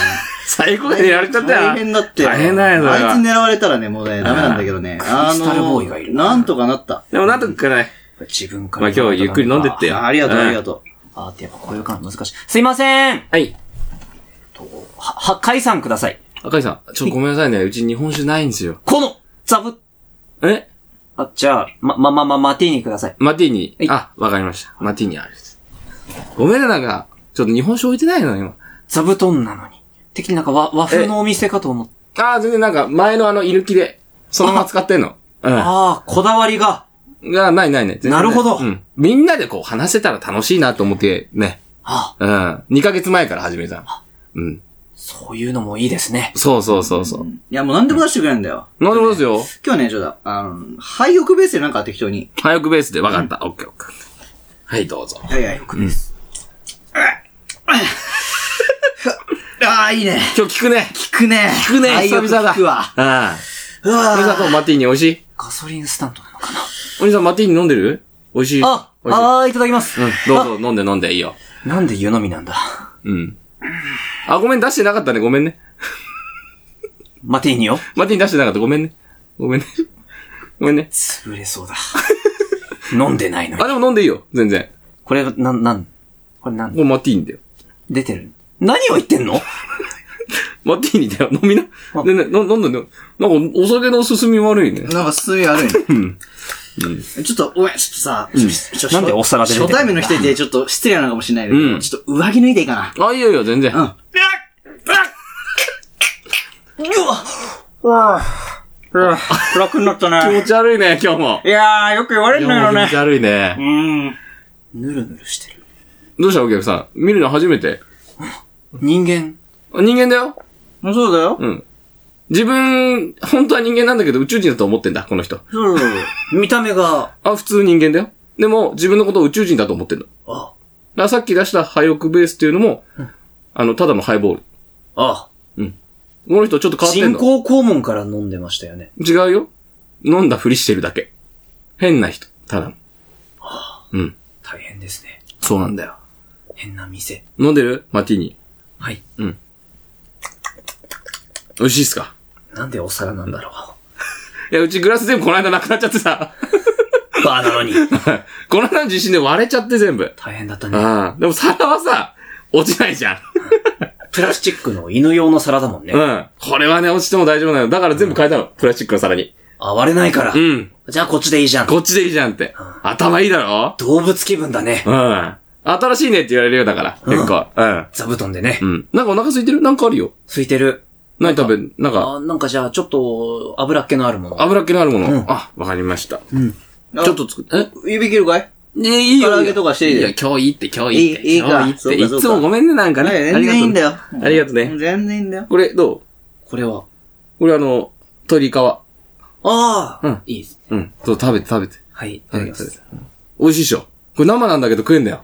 Speaker 3: 最高でやれちゃったよ。
Speaker 1: 大変だってよ。
Speaker 3: 大変だよ、それ
Speaker 1: あいつ
Speaker 3: は。
Speaker 1: 狙われたらね、もうね、ダメなんだけどね。あ
Speaker 2: クリスタルボーイがいる
Speaker 1: の、なんとかなった。
Speaker 3: でもなんとかね。
Speaker 2: 自分か
Speaker 3: まあ
Speaker 2: ら。
Speaker 3: 今日はゆっくり飲んでってよ。
Speaker 1: あありがとう、
Speaker 3: ん
Speaker 1: ありがと
Speaker 2: あーってやっぱこういう感難しい。すいません
Speaker 3: はい。
Speaker 2: とは、は、解散ください。
Speaker 3: 赤井さん、ちょっとごめんなさいね。うち日本酒ないんですよ。
Speaker 2: この、ザブ、
Speaker 3: え
Speaker 2: あ、じゃあ、ま、ま、ま、ま、マティーニください。
Speaker 3: マティーニ
Speaker 2: はい。
Speaker 3: あ、わかりました。マティーニあるです。ごめんね、なんか、ちょっと日本酒置いてないの、今。
Speaker 2: 座布団なのに。的になんか和和風のお店かと思って。
Speaker 3: あー、全然なんか、前のあの、居抜きで、そのまま使ってんの。う
Speaker 2: ああ、こだわりが。
Speaker 3: ん。が、ないないね。全然い
Speaker 2: なるほど
Speaker 3: うん。みんなでこう、話せたら楽しいなと思って、ね。
Speaker 2: あ
Speaker 3: うん。2ヶ月前から始めたの。うん。
Speaker 2: そういうのもいいですね。
Speaker 3: そうそうそうそう
Speaker 1: う。。いや、もう何でも出してくれるんだよ。
Speaker 3: 飲んでもですよ。
Speaker 1: 今日ね、ちょっと、あの、廃屋ベースでなんか適当に。
Speaker 3: 早くベースで、わかった。オッケーオッケー。はい、どうぞ。
Speaker 1: はいはい。うん、ああ、いいね。
Speaker 3: 今日聞くね。
Speaker 1: 効くね。効
Speaker 3: くね
Speaker 1: 廃屋
Speaker 3: 久々だ
Speaker 1: 効くわ。
Speaker 3: ああ。
Speaker 1: うわ
Speaker 3: お兄さんとマティーニ美味しい
Speaker 2: ガソリンスタンドなのかな。
Speaker 3: お兄さんマティーニ飲んでる美味しい。
Speaker 2: あ、
Speaker 3: 美味しい。
Speaker 2: ああ、いただきます。
Speaker 3: うん、どうぞ飲んで飲んでいいよ。
Speaker 2: なんで湯飲みなんだ。
Speaker 3: うん。あ、ごめん、出してなかったね。ごめんね。
Speaker 2: マティーニよ。
Speaker 3: マティーニ出してなかった。ごめんね。ごめんね。 ごめんね。
Speaker 2: 潰れ そうだ。飲んでないのに。
Speaker 3: あ、でも飲んでいいよ。全然。
Speaker 2: これ、なん、なん、これなん
Speaker 3: こ、れマティーニだよ。
Speaker 2: 出てる何を言ってんの
Speaker 3: マティーニだよ。飲みな。ねね、飲んだね。なんか、お酒の進み悪いね。
Speaker 1: なんか進み悪い ね。
Speaker 3: ん
Speaker 1: ちょっと、おい、ちょっとさ、ちょ
Speaker 2: なんでお皿で出てく
Speaker 1: 初対
Speaker 2: るんだ
Speaker 1: 面の人でちょっと失礼なのかもしれないけど、
Speaker 3: うん
Speaker 1: ちょっと上着脱いでいいか
Speaker 3: あ、いいよいいよ、全然。
Speaker 1: な。うん。うわ楽になった
Speaker 3: 気持
Speaker 1: ね。
Speaker 3: ち悪いね、今日も。
Speaker 1: いやー、よく言われ
Speaker 3: 気
Speaker 1: るのよ
Speaker 3: 持
Speaker 1: ね
Speaker 3: ち。悪いね。
Speaker 1: うん。
Speaker 2: ぬるぬるしてる。
Speaker 3: どうしたお客さん見るの初めて。
Speaker 2: 人間。
Speaker 3: あ人間だよ。
Speaker 1: そうだよ。
Speaker 3: うん。自分、本当は人間なんだけど宇宙人だと思ってんだ、この人。
Speaker 1: そうそうそう見た目が、
Speaker 3: あ、普通人間だよ。でも、自分のことを宇宙人だと思ってんの。だか
Speaker 1: あ、
Speaker 3: らさっき出したハイオクベースっていうのも、あの、ただのハイボール。
Speaker 1: あ、
Speaker 3: この人ちょっと変わって
Speaker 2: 人
Speaker 3: んの。
Speaker 2: 工肛門から飲んでましたよね。
Speaker 3: 違うよ。飲んだふりしてるだけ。変な人。ただの。うん。
Speaker 2: 大変ですね。
Speaker 3: そうなんだよ。
Speaker 2: 変な店。
Speaker 3: 飲んでるマティーニ。
Speaker 2: はい。
Speaker 3: 美味しいっすか
Speaker 2: なんでお皿なんだろ
Speaker 3: いや、うちグラス全部この間なくなっちゃってさ。
Speaker 2: う。バーなのに。
Speaker 3: この間の地震で割れちゃって全部。
Speaker 2: 大変だったね。
Speaker 3: ああ。でも皿はさ、落ちないじゃん。
Speaker 2: プラスチックの犬用の皿だもんね。
Speaker 3: うん。これはね、落ちても大丈夫なの。だから全部変えたの。プラスチックの皿に。
Speaker 2: あ割れないから
Speaker 3: う。ん。
Speaker 2: じゃあこっちでいいじゃん。
Speaker 3: こっちでいいじゃんって。頭いいだろ
Speaker 2: 動物気分だね。
Speaker 3: うん。新しいねって言われるよ、だから。結構。うん。
Speaker 2: 座布団でね
Speaker 3: う。ん。なんかお腹空いてるなんかあるよ。
Speaker 2: 空いてる。
Speaker 3: 何食べんなんか、
Speaker 2: あ、なんかじゃあちょっと油っ気のあるもの。
Speaker 3: 油っ気のあるもの。
Speaker 2: うん
Speaker 3: あ、わかりました。
Speaker 1: あ
Speaker 3: ちょっと作って。え
Speaker 1: 指切るかい
Speaker 3: ねいいよ。
Speaker 1: 唐揚げとかしていい
Speaker 3: いや、今日いいって、今日いいって。
Speaker 1: いいいいか
Speaker 3: 今日いいって。い
Speaker 1: そうかそうか
Speaker 3: つもごめんね、なんかね。あ
Speaker 1: 全
Speaker 3: り
Speaker 1: 然
Speaker 3: がとう
Speaker 1: いいんだ。よ。
Speaker 3: ありがとうね。
Speaker 1: 全然いいんだよ。
Speaker 3: これ、どう
Speaker 2: これは。
Speaker 3: これあの、鶏皮。
Speaker 2: ああ、
Speaker 3: うん
Speaker 2: いいですね。
Speaker 3: うん。そう、食べて、食べて。
Speaker 2: はい、いた
Speaker 3: 食
Speaker 2: だ
Speaker 3: べ
Speaker 2: き
Speaker 3: て、
Speaker 2: ま
Speaker 3: 食べ
Speaker 2: す
Speaker 3: て。。うん美味しいでしょ。これ生なんだけど食えんだよ。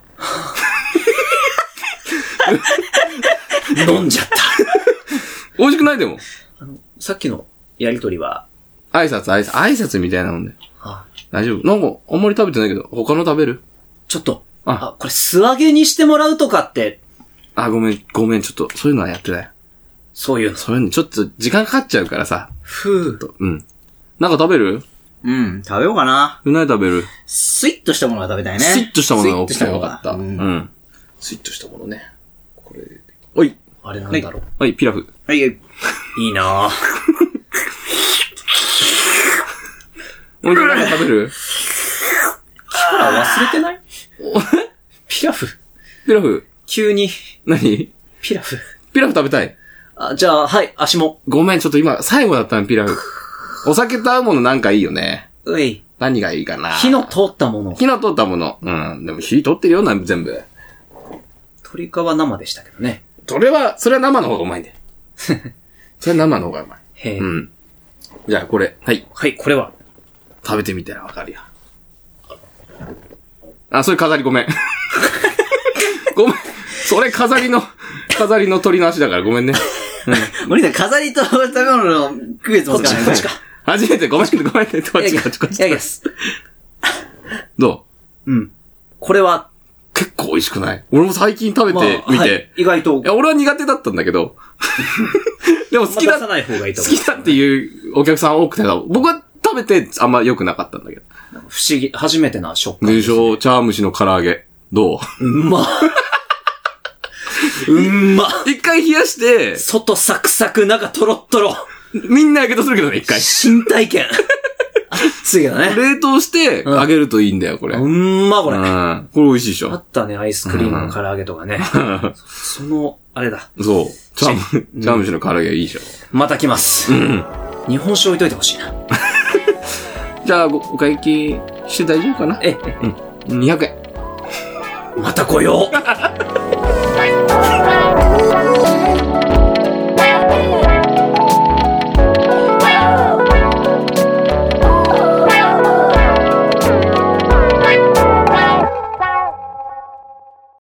Speaker 2: 飲んじゃった。
Speaker 3: 美味しくないでも。
Speaker 2: さっきのやりとりは、
Speaker 3: 挨拶、挨拶、挨拶みたいなもんだよ。
Speaker 2: あ
Speaker 3: 大丈夫。なんか、あんまり食べてないけど、他の食べる
Speaker 2: ちょっと、
Speaker 3: あ
Speaker 2: あ、これ素揚げにしてもらうとかって、
Speaker 3: あ、ごめん、ごめん、ちょっと、そういうのはやってない。
Speaker 2: そういうの。
Speaker 3: そういうの、ちょっと、時間かかっちゃうからさ。
Speaker 2: ふう。
Speaker 3: うん。なんか食べる
Speaker 1: ううん、食べようかな。
Speaker 3: 何食べる
Speaker 1: スイッとしたものが食べたいね。
Speaker 3: スイッとしたものが
Speaker 1: スイッ
Speaker 3: 多
Speaker 1: と
Speaker 3: く
Speaker 1: してた
Speaker 3: よ
Speaker 1: もの
Speaker 3: かった。う
Speaker 1: うん。
Speaker 3: ん。スイッとしたものね。これ、おい。
Speaker 1: あれな
Speaker 3: は
Speaker 1: ん
Speaker 3: い
Speaker 1: だろう。。
Speaker 3: はい、ピラフ。
Speaker 1: はい、はいいいなぁ。
Speaker 3: お前なんか食べる
Speaker 2: あ、忘れてない ピラフ。
Speaker 3: ピラフ。
Speaker 2: 急に、
Speaker 3: 何
Speaker 2: ピラフ。
Speaker 3: ピラフ食べたい。
Speaker 2: あ、じゃあ、はい、足も。
Speaker 3: ごめん、ちょっと今、最後だったの、ピラフ。お酒と合うものなんかいいよね。
Speaker 2: うい。
Speaker 3: 何がいいかな。
Speaker 2: 火の通ったもの。
Speaker 3: 火の通ったもの。うん。でも火通ってるよな、全部。
Speaker 2: 鶏皮生でしたけどね。
Speaker 3: それは、それは生の方がうまい んだよ。それは生の方がうまい。
Speaker 2: へえ、
Speaker 3: うん。じゃあ、これ。はい。
Speaker 2: はい、これは。
Speaker 3: 食べてみたらわかるよ。あ、それ飾りごめん。 ごめん。それ飾りの、飾りの鳥の足だからごめんね。
Speaker 1: 森田、飾りと食べ物の区別もつかない。
Speaker 2: こっちか
Speaker 3: 初めてごめんね、ごめんね。こっ
Speaker 1: い
Speaker 3: ち
Speaker 1: や
Speaker 3: こっちこっ
Speaker 1: いやい
Speaker 3: ち。
Speaker 1: やす
Speaker 3: ど
Speaker 2: うん。これは、
Speaker 3: う結構美味しくない俺も最近食べ
Speaker 2: まあ
Speaker 3: てみ
Speaker 2: は
Speaker 3: て
Speaker 2: い。意外と
Speaker 3: い、や、俺は苦手だったんだけ ど。でも好
Speaker 2: まあ
Speaker 3: き
Speaker 2: 出
Speaker 3: だ、
Speaker 2: さない方がいいと
Speaker 3: 好
Speaker 2: 思う。
Speaker 3: きだっていうお客さん多くて、僕は食べてあんま良くなかったんだけ
Speaker 2: 不思議、初めてな食
Speaker 3: ど。
Speaker 2: 感。
Speaker 3: でしょ茶蒸しの唐揚げ。ど
Speaker 2: うまっ。うんまっ。
Speaker 3: う 一回冷やして、
Speaker 2: 外サクサク、中トロットロ。
Speaker 3: みんなやけどするけどね、一回。
Speaker 2: 新体 験。熱いけどね。
Speaker 3: 冷凍して、
Speaker 2: ん
Speaker 3: 揚げるといいんだよ、これ。
Speaker 2: う
Speaker 3: うん。
Speaker 2: んま、こ
Speaker 3: こ
Speaker 2: れ。
Speaker 3: れ
Speaker 2: あ
Speaker 3: 美味しいでしょ
Speaker 2: っ。たね、アイスクリームの唐揚げとかね。 その、あれだ。
Speaker 3: そう。チャム、チャムシの唐揚げいいでしょ。
Speaker 2: また来ます。日本酒置いといてほしいな。
Speaker 3: じゃあ、ごお会計して大丈夫かな
Speaker 2: え、
Speaker 3: ?200 円。
Speaker 2: また来よう。